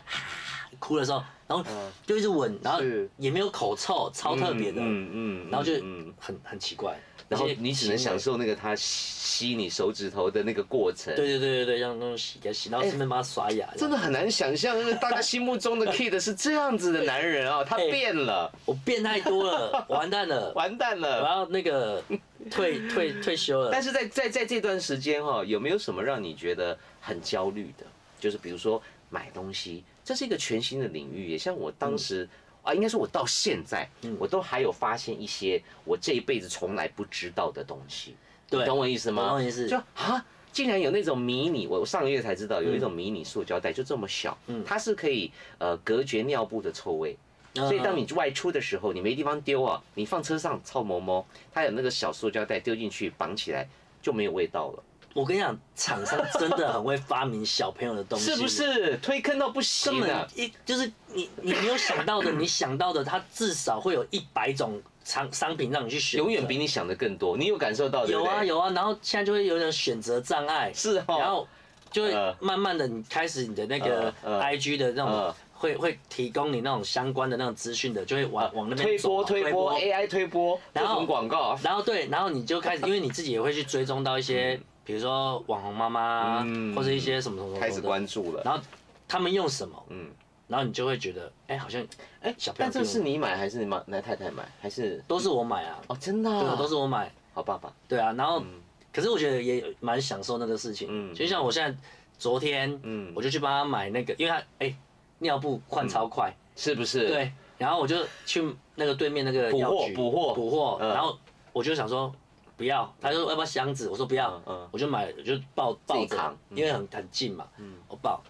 [SPEAKER 2] 哭的时候，然后
[SPEAKER 1] 嗯
[SPEAKER 2] 就一直吻，然后
[SPEAKER 1] 是
[SPEAKER 2] 也没有口臭，超特别的，
[SPEAKER 1] 嗯
[SPEAKER 2] 然后就
[SPEAKER 1] 嗯
[SPEAKER 2] 很很奇怪，
[SPEAKER 1] 然后
[SPEAKER 2] 这些
[SPEAKER 1] 你只能
[SPEAKER 2] 行为
[SPEAKER 1] 享。受那个他吸吸你手指头的那个过程。
[SPEAKER 2] 对对对对对，让那种洗给他洗，然后顺便帮他刷牙。
[SPEAKER 1] 真
[SPEAKER 2] 的，
[SPEAKER 1] 的很难想象，那个大家心目中的 Kid 是这样子的男人 啊，他
[SPEAKER 2] 哎
[SPEAKER 1] 变了，
[SPEAKER 2] 我变太多了，完蛋了，
[SPEAKER 1] 完蛋
[SPEAKER 2] 我
[SPEAKER 1] 了。
[SPEAKER 2] 要那个退退退休了
[SPEAKER 1] 但。是在在在这段时间哈、有没有什么让你觉得很焦虑的？就是比如说买东西，这是一个全新的领域耶，也像我
[SPEAKER 2] 嗯
[SPEAKER 1] 当时、啊，应该说我到现在，我都还有发现一些我这一辈子从来不知道的东西。
[SPEAKER 2] 对，
[SPEAKER 1] 懂我意思吗？
[SPEAKER 2] 懂我意思
[SPEAKER 1] 就啊，竟然有那种迷你，我我上个月才知道
[SPEAKER 2] 嗯
[SPEAKER 1] 有一种迷你塑胶袋，就这么小，它是可以呃隔绝尿布的臭味。所以
[SPEAKER 2] 嗯
[SPEAKER 1] 当你外出的时候，你没地方丢啊，你放车上臭毛毛，它有那个小塑胶袋丢进去绑起来就没有味道了，
[SPEAKER 2] 我跟你讲，厂商真的很会发明小朋友的东西，
[SPEAKER 1] 是不是？推坑到不
[SPEAKER 2] 根
[SPEAKER 1] 行
[SPEAKER 2] 本
[SPEAKER 1] 啊！
[SPEAKER 2] 一就是你你没有想到 的，你想到的，它至少会有一百种商商品让你去选择，
[SPEAKER 1] 永远比你想的更多，你有感受到对不
[SPEAKER 2] 有
[SPEAKER 1] 对？
[SPEAKER 2] 啊有啊，然后现在就会有点选择障碍，
[SPEAKER 1] 是哦
[SPEAKER 2] 然后就
[SPEAKER 1] 呃
[SPEAKER 2] 会慢慢的你开始你的那个
[SPEAKER 1] 呃呃
[SPEAKER 2] I G 的那种
[SPEAKER 1] 呃
[SPEAKER 2] 会会提供你那种相关的那种资讯的，就会往往那边
[SPEAKER 1] 推
[SPEAKER 2] 走
[SPEAKER 1] 波
[SPEAKER 2] 嘛
[SPEAKER 1] 推波 AI 推波，各
[SPEAKER 2] 然后
[SPEAKER 1] 种广告，
[SPEAKER 2] 然后对，然后你就开始，因为你自己也会去追踪到一些，比如说网红妈妈啊
[SPEAKER 1] 嗯
[SPEAKER 2] 或者一些什么什么什么
[SPEAKER 1] 开始
[SPEAKER 2] 的
[SPEAKER 1] 关注了。
[SPEAKER 2] 然后他们用什么，
[SPEAKER 1] 嗯
[SPEAKER 2] 嗯，然后你就会觉得，哎、好像，哎、小朋
[SPEAKER 1] 但
[SPEAKER 2] 友
[SPEAKER 1] 这
[SPEAKER 2] 用
[SPEAKER 1] 是你买还是你妈、奶太太买还是？
[SPEAKER 2] 都是我买啊，
[SPEAKER 1] 哦，真的啊、
[SPEAKER 2] 对啊，都是我买，
[SPEAKER 1] 好爸爸。
[SPEAKER 2] 对啊，然后，可是我觉得也蛮享受那个事情，
[SPEAKER 1] 嗯
[SPEAKER 2] 嗯，就像我现在昨天，
[SPEAKER 1] 嗯
[SPEAKER 2] 嗯，我就去帮他买那个，因为他，哎、尿布换超快，
[SPEAKER 1] 是不是？，
[SPEAKER 2] 对，然后我就去那个对面那个
[SPEAKER 1] 补
[SPEAKER 2] 药
[SPEAKER 1] 货
[SPEAKER 2] 局
[SPEAKER 1] 补货
[SPEAKER 2] 补货，
[SPEAKER 1] 嗯
[SPEAKER 2] 然后我就想说。不要，他说要不要箱子？我说不要，
[SPEAKER 1] 嗯嗯
[SPEAKER 2] 我就买，我就抱抱
[SPEAKER 1] 扛嗯
[SPEAKER 2] 着，因为很很近嘛，我抱。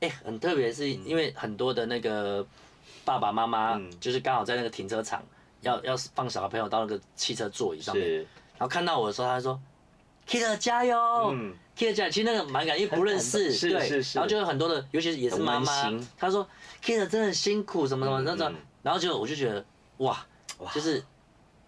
[SPEAKER 2] 哎、很特别，是因为很多的那个爸爸妈妈，
[SPEAKER 1] 嗯
[SPEAKER 2] 就是刚好在那个停车场，要要放小朋友到那个汽车座椅上面，
[SPEAKER 1] 是，
[SPEAKER 2] 然后看到我的时候，他就说 k i d 加油、
[SPEAKER 1] 嗯
[SPEAKER 2] k i d 加油。”其实那个蛮感，因为不认识，
[SPEAKER 1] 是
[SPEAKER 2] 对，
[SPEAKER 1] 是是
[SPEAKER 2] 然后就有很多的，尤其是也是妈
[SPEAKER 1] 很
[SPEAKER 2] 妈
[SPEAKER 1] 温馨，
[SPEAKER 2] 她说 k i d 真的辛苦，什么什么那种
[SPEAKER 1] 嗯，
[SPEAKER 2] 然后就我就觉得哇，就是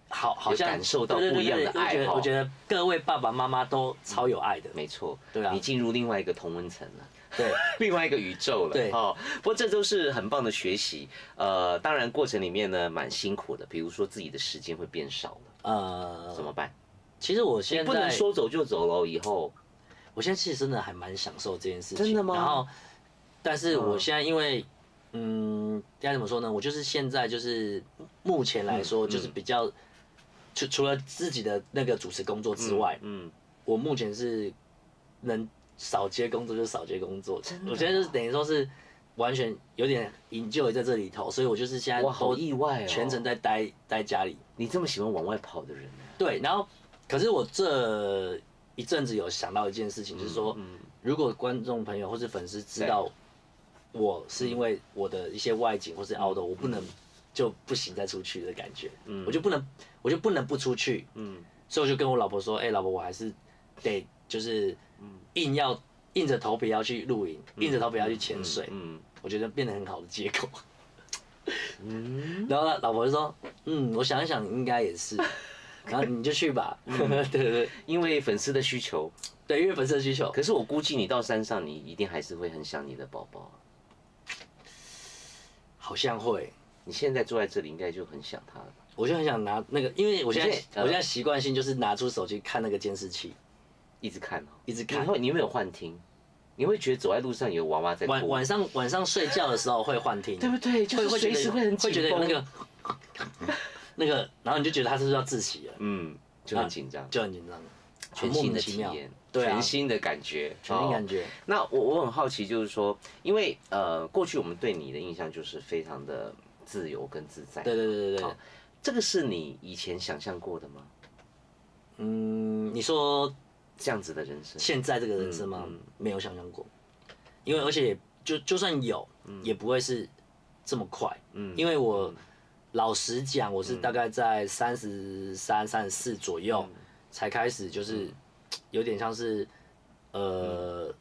[SPEAKER 2] 好好像
[SPEAKER 1] 有感受到
[SPEAKER 2] 对对对
[SPEAKER 1] 不一样的
[SPEAKER 2] 对
[SPEAKER 1] 爱
[SPEAKER 2] 我觉得
[SPEAKER 1] 哦
[SPEAKER 2] 我觉得各位爸爸妈妈都超有爱的，
[SPEAKER 1] 没错。
[SPEAKER 2] 对啊
[SPEAKER 1] 你进入另外一个同温层了。
[SPEAKER 2] 对，
[SPEAKER 1] 另外一个宇宙了。
[SPEAKER 2] 对
[SPEAKER 1] 哦，不过这都是很棒的学习。呃，当然过程里面呢蛮辛苦的，比如说自己的时间会变少了，
[SPEAKER 2] 呃
[SPEAKER 1] 怎，么办？
[SPEAKER 2] 其实我现
[SPEAKER 1] 不能
[SPEAKER 2] 在，
[SPEAKER 1] 说走就走喽。以后
[SPEAKER 2] 我现在其实真的还蛮享受这件事情。
[SPEAKER 1] 真的吗
[SPEAKER 2] 然后，但是
[SPEAKER 1] 嗯
[SPEAKER 2] 我现在因为，嗯，该怎么说呢？我就是现在就是目前来说，
[SPEAKER 1] 嗯
[SPEAKER 2] 就是比较，除除了自己的那个主持工作之外，
[SPEAKER 1] 嗯，
[SPEAKER 2] 我目前是能少接工作就少接工作
[SPEAKER 1] 真的。啊
[SPEAKER 2] 我现在就是等于说是完全有点营救在这里头，所以我就是现在
[SPEAKER 1] 我好
[SPEAKER 2] 都
[SPEAKER 1] 意外哦，
[SPEAKER 2] 全程在待待家里。
[SPEAKER 1] 你这么喜欢往外跑的人啊呢、
[SPEAKER 2] 对，然后可是我这一阵子有想到一件事情，就是说，
[SPEAKER 1] 嗯
[SPEAKER 2] 如果观众朋友或是粉丝知道我
[SPEAKER 1] 嗯
[SPEAKER 2] 是因为我的一些外景或是 out，我不能就不行再出去的感觉，我就不能我就不能不出去，
[SPEAKER 1] 嗯，
[SPEAKER 2] 所以我就跟我老婆说，哎、老婆，我还是得就是硬要硬着头皮要去露营，硬着头皮要去潜水，
[SPEAKER 1] 嗯嗯
[SPEAKER 2] 我觉得变得很好的借口。
[SPEAKER 1] 嗯，
[SPEAKER 2] 然后呢，老婆就说，嗯，我想一想，应该 也是，然后你就去吧，
[SPEAKER 1] 嗯
[SPEAKER 2] 对对对。
[SPEAKER 1] 因为粉丝的需求。
[SPEAKER 2] 对，因为粉丝的需求。
[SPEAKER 1] 可是我估计你到山上，你一定还是会很想你的宝啊宝。
[SPEAKER 2] 好像会，
[SPEAKER 1] 你现在坐在这里，应该就很想他了吧。
[SPEAKER 2] 我就很想拿那个，因为我现在
[SPEAKER 1] 你现在呃
[SPEAKER 2] 我现在习惯性就是拿出手机看那个监视器，
[SPEAKER 1] 一直看哦，
[SPEAKER 2] 一直看
[SPEAKER 1] 你。会你有没有幻听？你会觉得走在路上有娃娃在
[SPEAKER 2] 晚
[SPEAKER 1] 哭，
[SPEAKER 2] 晚上晚上睡觉的时候会幻听，
[SPEAKER 1] 对不对？就
[SPEAKER 2] 会
[SPEAKER 1] 是
[SPEAKER 2] 会觉
[SPEAKER 1] 随
[SPEAKER 2] 得
[SPEAKER 1] 时会很
[SPEAKER 2] 会
[SPEAKER 1] 紧
[SPEAKER 2] 觉得有
[SPEAKER 1] 绷
[SPEAKER 2] 那个那个， 然后你就觉得他是不是要窒息了，
[SPEAKER 1] 嗯，就很紧张，
[SPEAKER 2] 就很紧张，
[SPEAKER 1] 全
[SPEAKER 2] 很莫
[SPEAKER 1] 新
[SPEAKER 2] 名
[SPEAKER 1] 的
[SPEAKER 2] 其
[SPEAKER 1] 体
[SPEAKER 2] 妙
[SPEAKER 1] 验，
[SPEAKER 2] 对啊
[SPEAKER 1] 全新的感觉，
[SPEAKER 2] 全新感
[SPEAKER 1] 哦
[SPEAKER 2] 觉。
[SPEAKER 1] 那我我很好奇，就是说，因为呃，过去我们对你的印象就是非常的自由跟自在，
[SPEAKER 2] 对对对对对
[SPEAKER 1] 好，这个是你以前想象过的吗？
[SPEAKER 2] 嗯，你说
[SPEAKER 1] 这样子的人生，
[SPEAKER 2] 现在这个人生吗？
[SPEAKER 1] 嗯嗯
[SPEAKER 2] 没有想象过，因为而且也就就算有，也不会是这么快。
[SPEAKER 1] 嗯
[SPEAKER 2] 因为我老实讲，我是大概在三十三、三十四左右
[SPEAKER 1] 嗯
[SPEAKER 2] 才开始，就是有点像是
[SPEAKER 1] 嗯
[SPEAKER 2] 呃，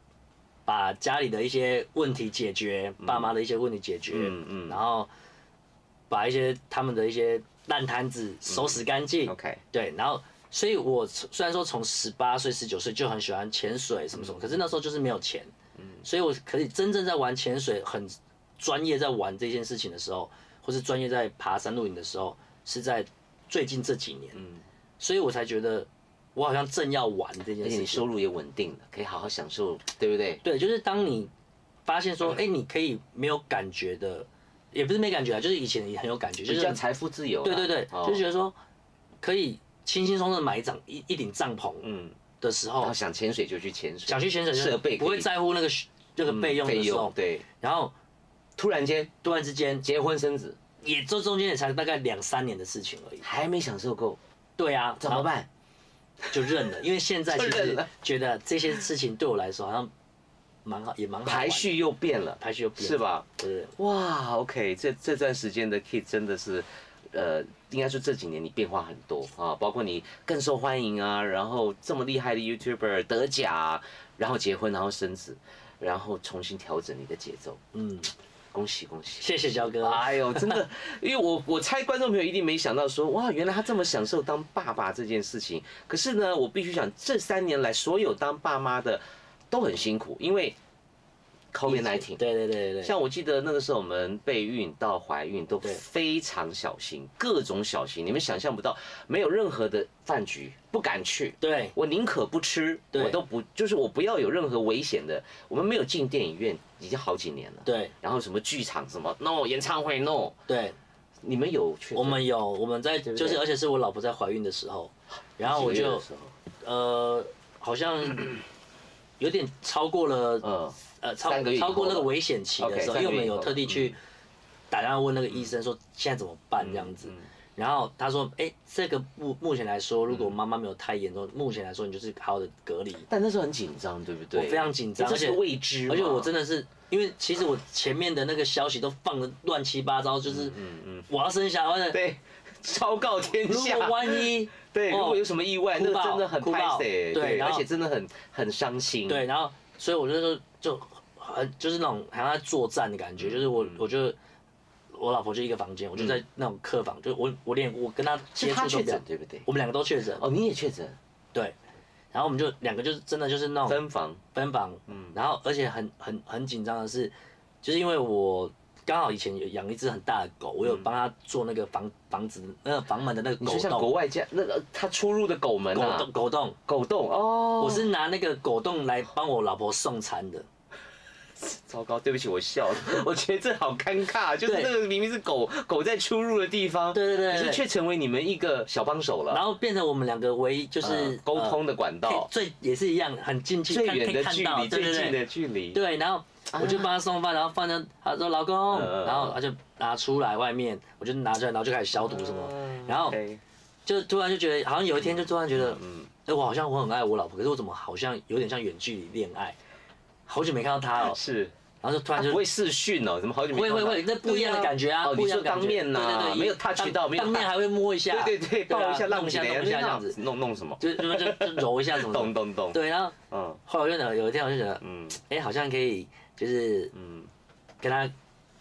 [SPEAKER 2] 把家里的一些问题解决，爸妈的一些问题解决
[SPEAKER 1] 嗯，嗯
[SPEAKER 2] 然后把一些他们的一些烂摊子收拾干净，
[SPEAKER 1] 嗯，OK，
[SPEAKER 2] 对，然后。所以我从虽然说从十八岁、十九岁就很喜欢潜水什么什么，可是那时候就是没有钱，
[SPEAKER 1] 嗯
[SPEAKER 2] 所以我可以真正在玩潜水很专业在玩这件事情的时候，或是专业在爬山露营的时候，是在最近这几年，
[SPEAKER 1] 嗯
[SPEAKER 2] 所以我才觉得我好像正要玩这
[SPEAKER 1] 而
[SPEAKER 2] 件
[SPEAKER 1] 且
[SPEAKER 2] 事
[SPEAKER 1] 哎你
[SPEAKER 2] 情。
[SPEAKER 1] 收入也稳定了，可以好好享受，对不对？
[SPEAKER 2] 对，就是当你发现
[SPEAKER 1] 嗯
[SPEAKER 2] 说，哎、你可以没有感觉的，也不是没感觉啊，就是以前也很有感觉，就
[SPEAKER 1] 比
[SPEAKER 2] 是
[SPEAKER 1] 较财富自由啦，
[SPEAKER 2] 对对对，
[SPEAKER 1] 哦
[SPEAKER 2] 就觉得说可以轻轻松松地买一张一一顶帐篷
[SPEAKER 1] 嗯，
[SPEAKER 2] 的时
[SPEAKER 1] 然
[SPEAKER 2] 候
[SPEAKER 1] 后，想潜水就去潜水，
[SPEAKER 2] 哦想去潜水就是
[SPEAKER 1] 设备
[SPEAKER 2] 不
[SPEAKER 1] 可
[SPEAKER 2] 会
[SPEAKER 1] 以
[SPEAKER 2] 在乎那个那个
[SPEAKER 1] 嗯
[SPEAKER 2] 备用的时候，
[SPEAKER 1] 对，
[SPEAKER 2] 然后
[SPEAKER 1] 突然间
[SPEAKER 2] 突然之间
[SPEAKER 1] 结婚生子，
[SPEAKER 2] 也这中间也才大概两三年的事情而已。
[SPEAKER 1] 还没享受够，
[SPEAKER 2] 对啊，
[SPEAKER 1] 怎么？办？
[SPEAKER 2] 就认了，因为现 在
[SPEAKER 1] 就
[SPEAKER 2] 其
[SPEAKER 1] 认
[SPEAKER 2] 实
[SPEAKER 1] 了
[SPEAKER 2] 觉得这些事情对我来说好像蛮好，也蛮好玩
[SPEAKER 1] 排序又变了，
[SPEAKER 2] 排序又变了
[SPEAKER 1] 是？吧？
[SPEAKER 2] 对对对
[SPEAKER 1] 哇，OK，这这段时间的 Kid 真的是，呃，应该说这几年你变化很多啊，包括你更受欢迎啊，然后这么厉害的 YouTuber 得奖，然后结婚，然后生子，然后重新调整你的节奏，
[SPEAKER 2] 嗯，
[SPEAKER 1] 恭喜恭喜！
[SPEAKER 2] 谢谢焦哥。
[SPEAKER 1] 哎呦，真的，因为我我猜观众朋友一定没想到说，哇，原来他这么享受当爸爸这件事情。可是呢，我必须讲，这三年来所有当爸妈的都很辛苦，因为 COVID 1 9
[SPEAKER 2] 对对对对对，
[SPEAKER 1] 像我记得那个时候，我们备孕到怀孕都
[SPEAKER 2] 对
[SPEAKER 1] 非常小心，各种小心，你们想象不到，没有任何的饭局不敢去，
[SPEAKER 2] 对
[SPEAKER 1] 我宁可不吃，
[SPEAKER 2] 对
[SPEAKER 1] 我都不，就是我不要有任何危险的。我们没有进电影院已经好几年了，
[SPEAKER 2] 对
[SPEAKER 1] 然后什么剧场什么 no 演唱会 no，
[SPEAKER 2] 对，
[SPEAKER 1] 你们有去？
[SPEAKER 2] 我们有我们在
[SPEAKER 1] 不对啊
[SPEAKER 2] 就是，而且是我老婆在怀孕的时候，然后我
[SPEAKER 1] 几个月
[SPEAKER 2] 就
[SPEAKER 1] 的时候
[SPEAKER 2] 呃好像有点超过了
[SPEAKER 1] 嗯
[SPEAKER 2] 呃超
[SPEAKER 1] 三个月以后
[SPEAKER 2] 超过那个危险期的
[SPEAKER 1] OK，
[SPEAKER 2] 时候，
[SPEAKER 1] 三
[SPEAKER 2] 因为
[SPEAKER 1] 个
[SPEAKER 2] 我
[SPEAKER 1] 月以后嗯
[SPEAKER 2] 们有特地去打电话问那个医生说现在怎么
[SPEAKER 1] 嗯
[SPEAKER 2] 办这样子，然后他说哎、这个目目前来
[SPEAKER 1] 嗯
[SPEAKER 2] 说，如果妈妈没有太严重，目前来说你就是好好的隔离，
[SPEAKER 1] 但那时候很紧张，对不对？
[SPEAKER 2] 我非常紧张
[SPEAKER 1] 这是个
[SPEAKER 2] 而且
[SPEAKER 1] 未知嘛，
[SPEAKER 2] 而且我真的是因为其实我前面的那个消息都放的乱七八糟，就是
[SPEAKER 1] 嗯
[SPEAKER 2] 我要生小孩 了，
[SPEAKER 1] 对昭告天
[SPEAKER 2] 如
[SPEAKER 1] 下嗯
[SPEAKER 2] 果。万一
[SPEAKER 1] 对，
[SPEAKER 2] 哦
[SPEAKER 1] 如果有什么意外，
[SPEAKER 2] 哭
[SPEAKER 1] 那个
[SPEAKER 2] 爆
[SPEAKER 1] 真的很
[SPEAKER 2] 哭
[SPEAKER 1] 拍
[SPEAKER 2] 爆
[SPEAKER 1] 谁，
[SPEAKER 2] 对
[SPEAKER 1] 对，
[SPEAKER 2] 然
[SPEAKER 1] 而
[SPEAKER 2] 后
[SPEAKER 1] 且真的很很伤心。
[SPEAKER 2] 对，，然后所以我就说就很就是那种好像在作战
[SPEAKER 1] 嗯
[SPEAKER 2] 的感觉，就是我我就我老婆就一个房间，我就在那种客房，就我我连我跟她
[SPEAKER 1] 是
[SPEAKER 2] 接
[SPEAKER 1] 他
[SPEAKER 2] 触都
[SPEAKER 1] 确
[SPEAKER 2] 没有
[SPEAKER 1] 诊，，对不对？
[SPEAKER 2] 我们两个都确诊，
[SPEAKER 1] 哦，你也确诊，
[SPEAKER 2] 对，然后我们就两个就是真的就是那种
[SPEAKER 1] 分房，嗯
[SPEAKER 2] 分房，然后而且很很很紧张的是，就是因为我刚好以前有养一只很大的狗，我有帮它做那个房房子那个房门的那个
[SPEAKER 1] 嗯你
[SPEAKER 2] 狗
[SPEAKER 1] 说像国
[SPEAKER 2] 洞，
[SPEAKER 1] 外这样那个他出入的狗门
[SPEAKER 2] 狗
[SPEAKER 1] 啊，
[SPEAKER 2] 洞狗洞，
[SPEAKER 1] 狗洞哦，
[SPEAKER 2] 我是拿那个狗洞来帮我老婆送餐的。
[SPEAKER 1] 糟糕，对不起，我笑了， 我觉得这好尴尬，就是
[SPEAKER 2] 对
[SPEAKER 1] 那个明明是狗狗在出入的地方，
[SPEAKER 2] 对对对对
[SPEAKER 1] 可是却成为你们一个小帮手了，
[SPEAKER 2] 然后变成我们两个唯一就
[SPEAKER 1] 嗯
[SPEAKER 2] 是
[SPEAKER 1] 沟通的管
[SPEAKER 2] 呃可以
[SPEAKER 1] 道，
[SPEAKER 2] 最也是一样，很近距
[SPEAKER 1] 最
[SPEAKER 2] 看
[SPEAKER 1] 远
[SPEAKER 2] 可以
[SPEAKER 1] 的
[SPEAKER 2] 看
[SPEAKER 1] 距
[SPEAKER 2] 到，
[SPEAKER 1] 离，最
[SPEAKER 2] 对对
[SPEAKER 1] 近
[SPEAKER 2] 对，
[SPEAKER 1] 的距离，
[SPEAKER 2] 对，然后我就帮他送饭，然后放在他说老公
[SPEAKER 1] 啊嗯嗯，
[SPEAKER 2] 然后他就拿出来外面，我就拿出来，然后就开始消毒什么，
[SPEAKER 1] 嗯
[SPEAKER 2] 然后
[SPEAKER 1] OK，
[SPEAKER 2] 就突然就觉得好像有一天就突然觉得，
[SPEAKER 1] 嗯，
[SPEAKER 2] 哎，我好像我很爱我老婆，可是我怎么好像有点像远距离恋爱，好久没看到她哦，
[SPEAKER 1] 哎是，
[SPEAKER 2] 然后就突
[SPEAKER 1] 他
[SPEAKER 2] 然就
[SPEAKER 1] 不会视讯哦，怎么好久没
[SPEAKER 2] 会
[SPEAKER 1] 看
[SPEAKER 2] 会
[SPEAKER 1] 到
[SPEAKER 2] 会，那不一样的感觉啊，
[SPEAKER 1] 哦，
[SPEAKER 2] 不
[SPEAKER 1] 你
[SPEAKER 2] 一样
[SPEAKER 1] 说
[SPEAKER 2] 的感
[SPEAKER 1] 当
[SPEAKER 2] 觉。
[SPEAKER 1] 面呐、
[SPEAKER 2] 对对对，
[SPEAKER 1] 没有 touch 到，
[SPEAKER 2] 当
[SPEAKER 1] 没有
[SPEAKER 2] 当面
[SPEAKER 1] touch-
[SPEAKER 2] 还会摸一下，
[SPEAKER 1] 对对对，
[SPEAKER 2] 啊
[SPEAKER 1] 抱一下，让
[SPEAKER 2] 弄一下
[SPEAKER 1] 你
[SPEAKER 2] 弄一下这样子，
[SPEAKER 1] 弄弄什么？
[SPEAKER 2] 就就就就揉一下什么
[SPEAKER 1] 咚
[SPEAKER 2] 的。
[SPEAKER 1] 咚咚，
[SPEAKER 2] 对，然后
[SPEAKER 1] 嗯
[SPEAKER 2] 后来我就有一天我就觉得，
[SPEAKER 1] 嗯
[SPEAKER 2] 哎，好像可以就是
[SPEAKER 1] 嗯，
[SPEAKER 2] 跟他就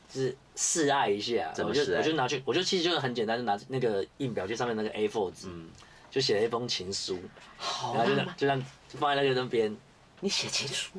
[SPEAKER 2] 是示爱一下，
[SPEAKER 1] 怎么
[SPEAKER 2] 我就
[SPEAKER 1] 示爱
[SPEAKER 2] 我就拿去，我就其实就是很简单，就拿那个印表机上面那个 A4 纸，
[SPEAKER 1] 嗯
[SPEAKER 2] 就写了一封情书，
[SPEAKER 1] 好
[SPEAKER 2] 然后就这
[SPEAKER 1] 浪
[SPEAKER 2] 样
[SPEAKER 1] 漫。
[SPEAKER 2] 就这样放在那个那边，
[SPEAKER 1] 你写情书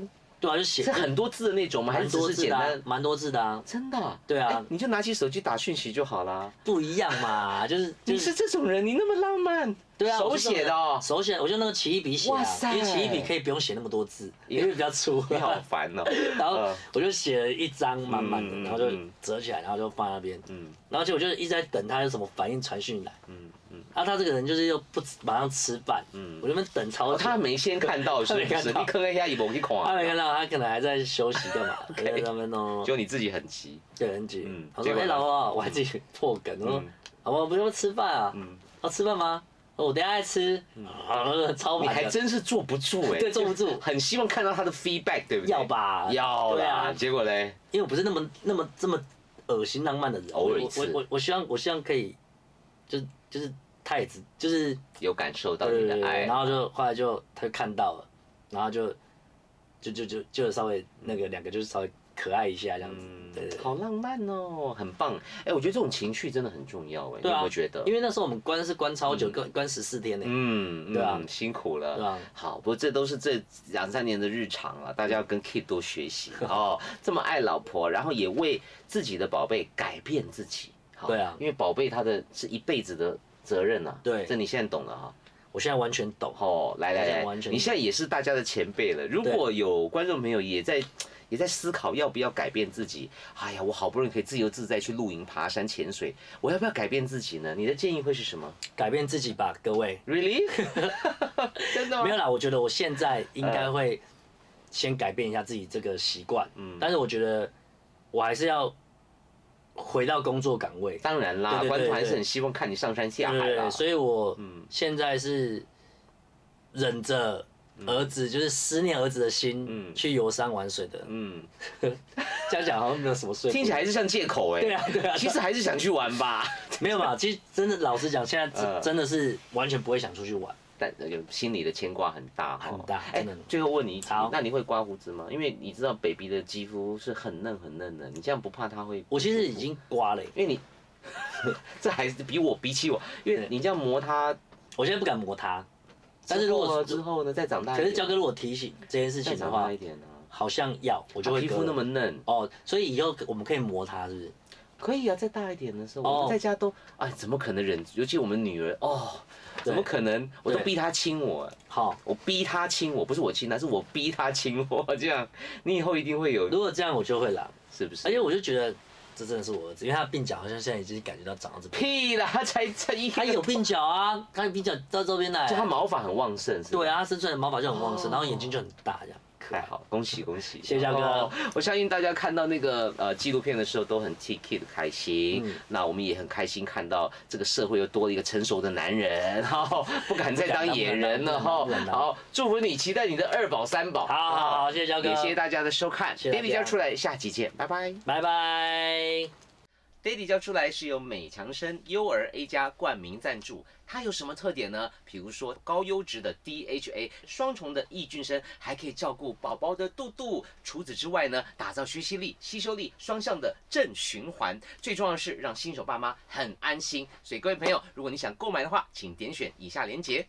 [SPEAKER 2] 对啊，就写
[SPEAKER 1] 是很多字的那种吗？还
[SPEAKER 2] 蛮
[SPEAKER 1] 是只
[SPEAKER 2] 多
[SPEAKER 1] 是
[SPEAKER 2] 字
[SPEAKER 1] 简
[SPEAKER 2] 的啊
[SPEAKER 1] 单，？
[SPEAKER 2] 蛮多字的啊，
[SPEAKER 1] 真的啊？
[SPEAKER 2] 对啊
[SPEAKER 1] 哎你就拿起手机打讯息就好啦。
[SPEAKER 2] 不一样 嘛，就是就
[SPEAKER 1] 你是这种人，你那么浪漫，
[SPEAKER 2] 对啊，
[SPEAKER 1] 手
[SPEAKER 2] 我是这种
[SPEAKER 1] 写的哦
[SPEAKER 2] 人，手写，我就那个奇异笔写啊
[SPEAKER 1] 哇，塞
[SPEAKER 2] 因为奇异笔可以不用写那么多字，因为比较粗。
[SPEAKER 1] 你好烦哦。
[SPEAKER 2] 然后
[SPEAKER 1] 嗯
[SPEAKER 2] 我就写了一张满满的，
[SPEAKER 1] 嗯嗯
[SPEAKER 2] 然后就
[SPEAKER 1] 嗯
[SPEAKER 2] 折起来，然后就放在那边。
[SPEAKER 1] 嗯
[SPEAKER 2] 然后结果就一直在等他有什么反应传讯来。
[SPEAKER 1] 嗯嗯，
[SPEAKER 2] 然后啊他这个人就是又不吃马上吃饭，
[SPEAKER 1] 嗯
[SPEAKER 2] 我就在那边等超
[SPEAKER 1] 哦，
[SPEAKER 2] 久。
[SPEAKER 1] 他没先看到是
[SPEAKER 2] 他没
[SPEAKER 1] 不
[SPEAKER 2] 看
[SPEAKER 1] 是？
[SPEAKER 2] 到
[SPEAKER 1] 你坑一下一某一孔
[SPEAKER 2] 他
[SPEAKER 1] 啊
[SPEAKER 2] 没，看到，他可能还在休息干 嘛？我在那边弄，
[SPEAKER 1] 就你自己很急。
[SPEAKER 2] 对，很急
[SPEAKER 1] 嗯。
[SPEAKER 2] 他
[SPEAKER 1] 结
[SPEAKER 2] 说：“
[SPEAKER 1] 果
[SPEAKER 2] 哎，
[SPEAKER 1] 呢
[SPEAKER 2] 老婆，我还自己破梗，我说
[SPEAKER 1] 嗯
[SPEAKER 2] 老婆不用吃饭啊，
[SPEAKER 1] 嗯，
[SPEAKER 2] 要吃饭吗？哦我等一下再吃。”啊， 超
[SPEAKER 1] 你
[SPEAKER 2] 烦
[SPEAKER 1] 还
[SPEAKER 2] 的。
[SPEAKER 1] 真是坐不住哎，
[SPEAKER 2] 对坐不 住
[SPEAKER 1] 很希望看到他的 feedback，对不对？
[SPEAKER 2] 要吧
[SPEAKER 1] 要
[SPEAKER 2] 对
[SPEAKER 1] 啦。
[SPEAKER 2] 啊
[SPEAKER 1] 结果嘞，
[SPEAKER 2] 因为我不是那么那么这么恶心浪漫的人，
[SPEAKER 1] 偶尔一
[SPEAKER 2] 我
[SPEAKER 1] 次
[SPEAKER 2] 我我我希望我希望可以，就就是他也只就是
[SPEAKER 1] 有感受到
[SPEAKER 2] 对
[SPEAKER 1] 你
[SPEAKER 2] 对对
[SPEAKER 1] 的
[SPEAKER 2] 对，
[SPEAKER 1] 爱
[SPEAKER 2] 然，后就后来就他就看到了，然后就就就就就稍微那个两个就是稍微可爱一下这样子，对对对
[SPEAKER 1] 好浪漫哦，很棒。哎，我觉得这种情趣真的很重要哎，你
[SPEAKER 2] 对
[SPEAKER 1] 有没
[SPEAKER 2] 啊，
[SPEAKER 1] 有觉得？
[SPEAKER 2] 因为那时候我们关是关超久，关关十四天呢，
[SPEAKER 1] 嗯，
[SPEAKER 2] 对啊
[SPEAKER 1] 嗯辛苦了，
[SPEAKER 2] 对啊
[SPEAKER 1] 好，不过这都是这两三年的日常 了，大家要跟 Kid 多学习哦。这么爱老婆，然后也为自己的宝贝改变自己，好
[SPEAKER 2] 对啊
[SPEAKER 1] 因为宝贝他的是一辈子的责任啊，
[SPEAKER 2] 对
[SPEAKER 1] 这你现在懂了哈、
[SPEAKER 2] 我现在完全懂，
[SPEAKER 1] 哦，来
[SPEAKER 2] 我现
[SPEAKER 1] 来
[SPEAKER 2] 在
[SPEAKER 1] 来
[SPEAKER 2] 完，全
[SPEAKER 1] 你现在也是大家的前辈了。如果有观众朋友也在也在思考要不要改变自己，哎呀，我好不容易可以自由自在去露营、爬山、潜水，我要不要改变自己呢？你的建议会是什么
[SPEAKER 2] 改变自己吧，各位，
[SPEAKER 1] ？Really？真的吗？
[SPEAKER 2] 没有啦，我觉得我现在应该会先改变一下自己这个习惯，
[SPEAKER 1] 嗯
[SPEAKER 2] 但是我觉得我还是要回到工作岗位，
[SPEAKER 1] 当然啦，
[SPEAKER 2] 对对对
[SPEAKER 1] 观众还是
[SPEAKER 2] 对
[SPEAKER 1] 很希望看你上山下
[SPEAKER 2] 对
[SPEAKER 1] 海
[SPEAKER 2] 对
[SPEAKER 1] 啦。
[SPEAKER 2] 对，所以我
[SPEAKER 1] 嗯
[SPEAKER 2] 现在是忍着儿子，就是思念儿子的心
[SPEAKER 1] 嗯，
[SPEAKER 2] 去游山玩水的。
[SPEAKER 1] 嗯，
[SPEAKER 2] 这样讲好像没有什么说服
[SPEAKER 1] 听起来还是像借口哎、
[SPEAKER 2] 对啊对啊
[SPEAKER 1] 其实还是想去玩吧，
[SPEAKER 2] 没有吧？其实真的，老实讲，现在
[SPEAKER 1] 呃
[SPEAKER 2] 真真的是完全不会想出去玩。
[SPEAKER 1] 但呃心里的牵挂很大哈。
[SPEAKER 2] 很大
[SPEAKER 1] 哎
[SPEAKER 2] 真的很大，
[SPEAKER 1] 最后问你一题
[SPEAKER 2] 好，
[SPEAKER 1] 那你会刮胡子吗？因为你知道 baby 的肌肤是很嫩很嫩的，你这样不怕它会？
[SPEAKER 2] 我其实已，经刮了，
[SPEAKER 1] 因为你 这还是比我比起我，因为
[SPEAKER 2] 对
[SPEAKER 1] 你这样磨它，
[SPEAKER 2] 我现在不敢摸它。但是
[SPEAKER 1] 之
[SPEAKER 2] 如
[SPEAKER 1] 后
[SPEAKER 2] 果
[SPEAKER 1] 呢之后呢再长大一
[SPEAKER 2] 可
[SPEAKER 1] 点，
[SPEAKER 2] 是焦哥如果提醒这件事
[SPEAKER 1] 再
[SPEAKER 2] 情的
[SPEAKER 1] 长
[SPEAKER 2] 话
[SPEAKER 1] 大一，点呢、啊，
[SPEAKER 2] 好像要我就
[SPEAKER 1] 它
[SPEAKER 2] 会
[SPEAKER 1] 皮肤
[SPEAKER 2] 割
[SPEAKER 1] 那么嫩，
[SPEAKER 2] 哦，所以以后我们可以磨它，是不是？
[SPEAKER 1] 可以啊，再大一点的时候，
[SPEAKER 2] 哦
[SPEAKER 1] 我们在家都哎，怎么可能忍？尤其我们女儿哦，怎么可能？我都逼她亲我，
[SPEAKER 2] 好，
[SPEAKER 1] 我逼她亲我，不是我亲她，是我逼她亲我。这样，你以后一定会有，
[SPEAKER 2] 如果这样我就会啦。
[SPEAKER 1] 是不是？
[SPEAKER 2] 而且我就觉得这真的是我儿子，因为他的鬓角好像现在已经感觉到长到这边。
[SPEAKER 1] 屁啦，她才才一，
[SPEAKER 2] 他有鬓角啊，他有鬓角到这边来
[SPEAKER 1] 就她
[SPEAKER 2] 啊。
[SPEAKER 1] 毛发很旺盛，是吧
[SPEAKER 2] 对，啊，他生出来的毛发就很旺盛，
[SPEAKER 1] 哦
[SPEAKER 2] 然后眼睛就很大，这样可
[SPEAKER 1] 太
[SPEAKER 2] 爱。
[SPEAKER 1] 好了，恭喜恭喜，哦
[SPEAKER 2] 谢谢大哥
[SPEAKER 1] 我相信大家看到那个呃纪录片的时候都很替 Kid 开心，
[SPEAKER 2] 嗯
[SPEAKER 1] 那我们也很开心看到这个社会又多了一个成熟的男人， 哈、不敢再当野人了哈
[SPEAKER 2] 不敢当不敢当不敢。当
[SPEAKER 1] 好，祝福你，期待你的二宝三宝。哦
[SPEAKER 2] 好好好，谢谢焦哥，
[SPEAKER 1] 也谢谢大家的收看。
[SPEAKER 2] 谢谢大家
[SPEAKER 1] Daddy 教出来，下集见，拜拜。
[SPEAKER 2] 拜拜。
[SPEAKER 1] Daddy 教出来是由美强生优儿 A 加冠名赞助，它有什么特点呢？比如说高优质的 DHA 双重的抑菌生，还可以照顾宝宝的肚肚。除此之外呢，打造学习力、吸收力双向的正循环。最重要的是让新手爸妈很安心。所以各位朋友，如果你想购买的话，请点选以下链接。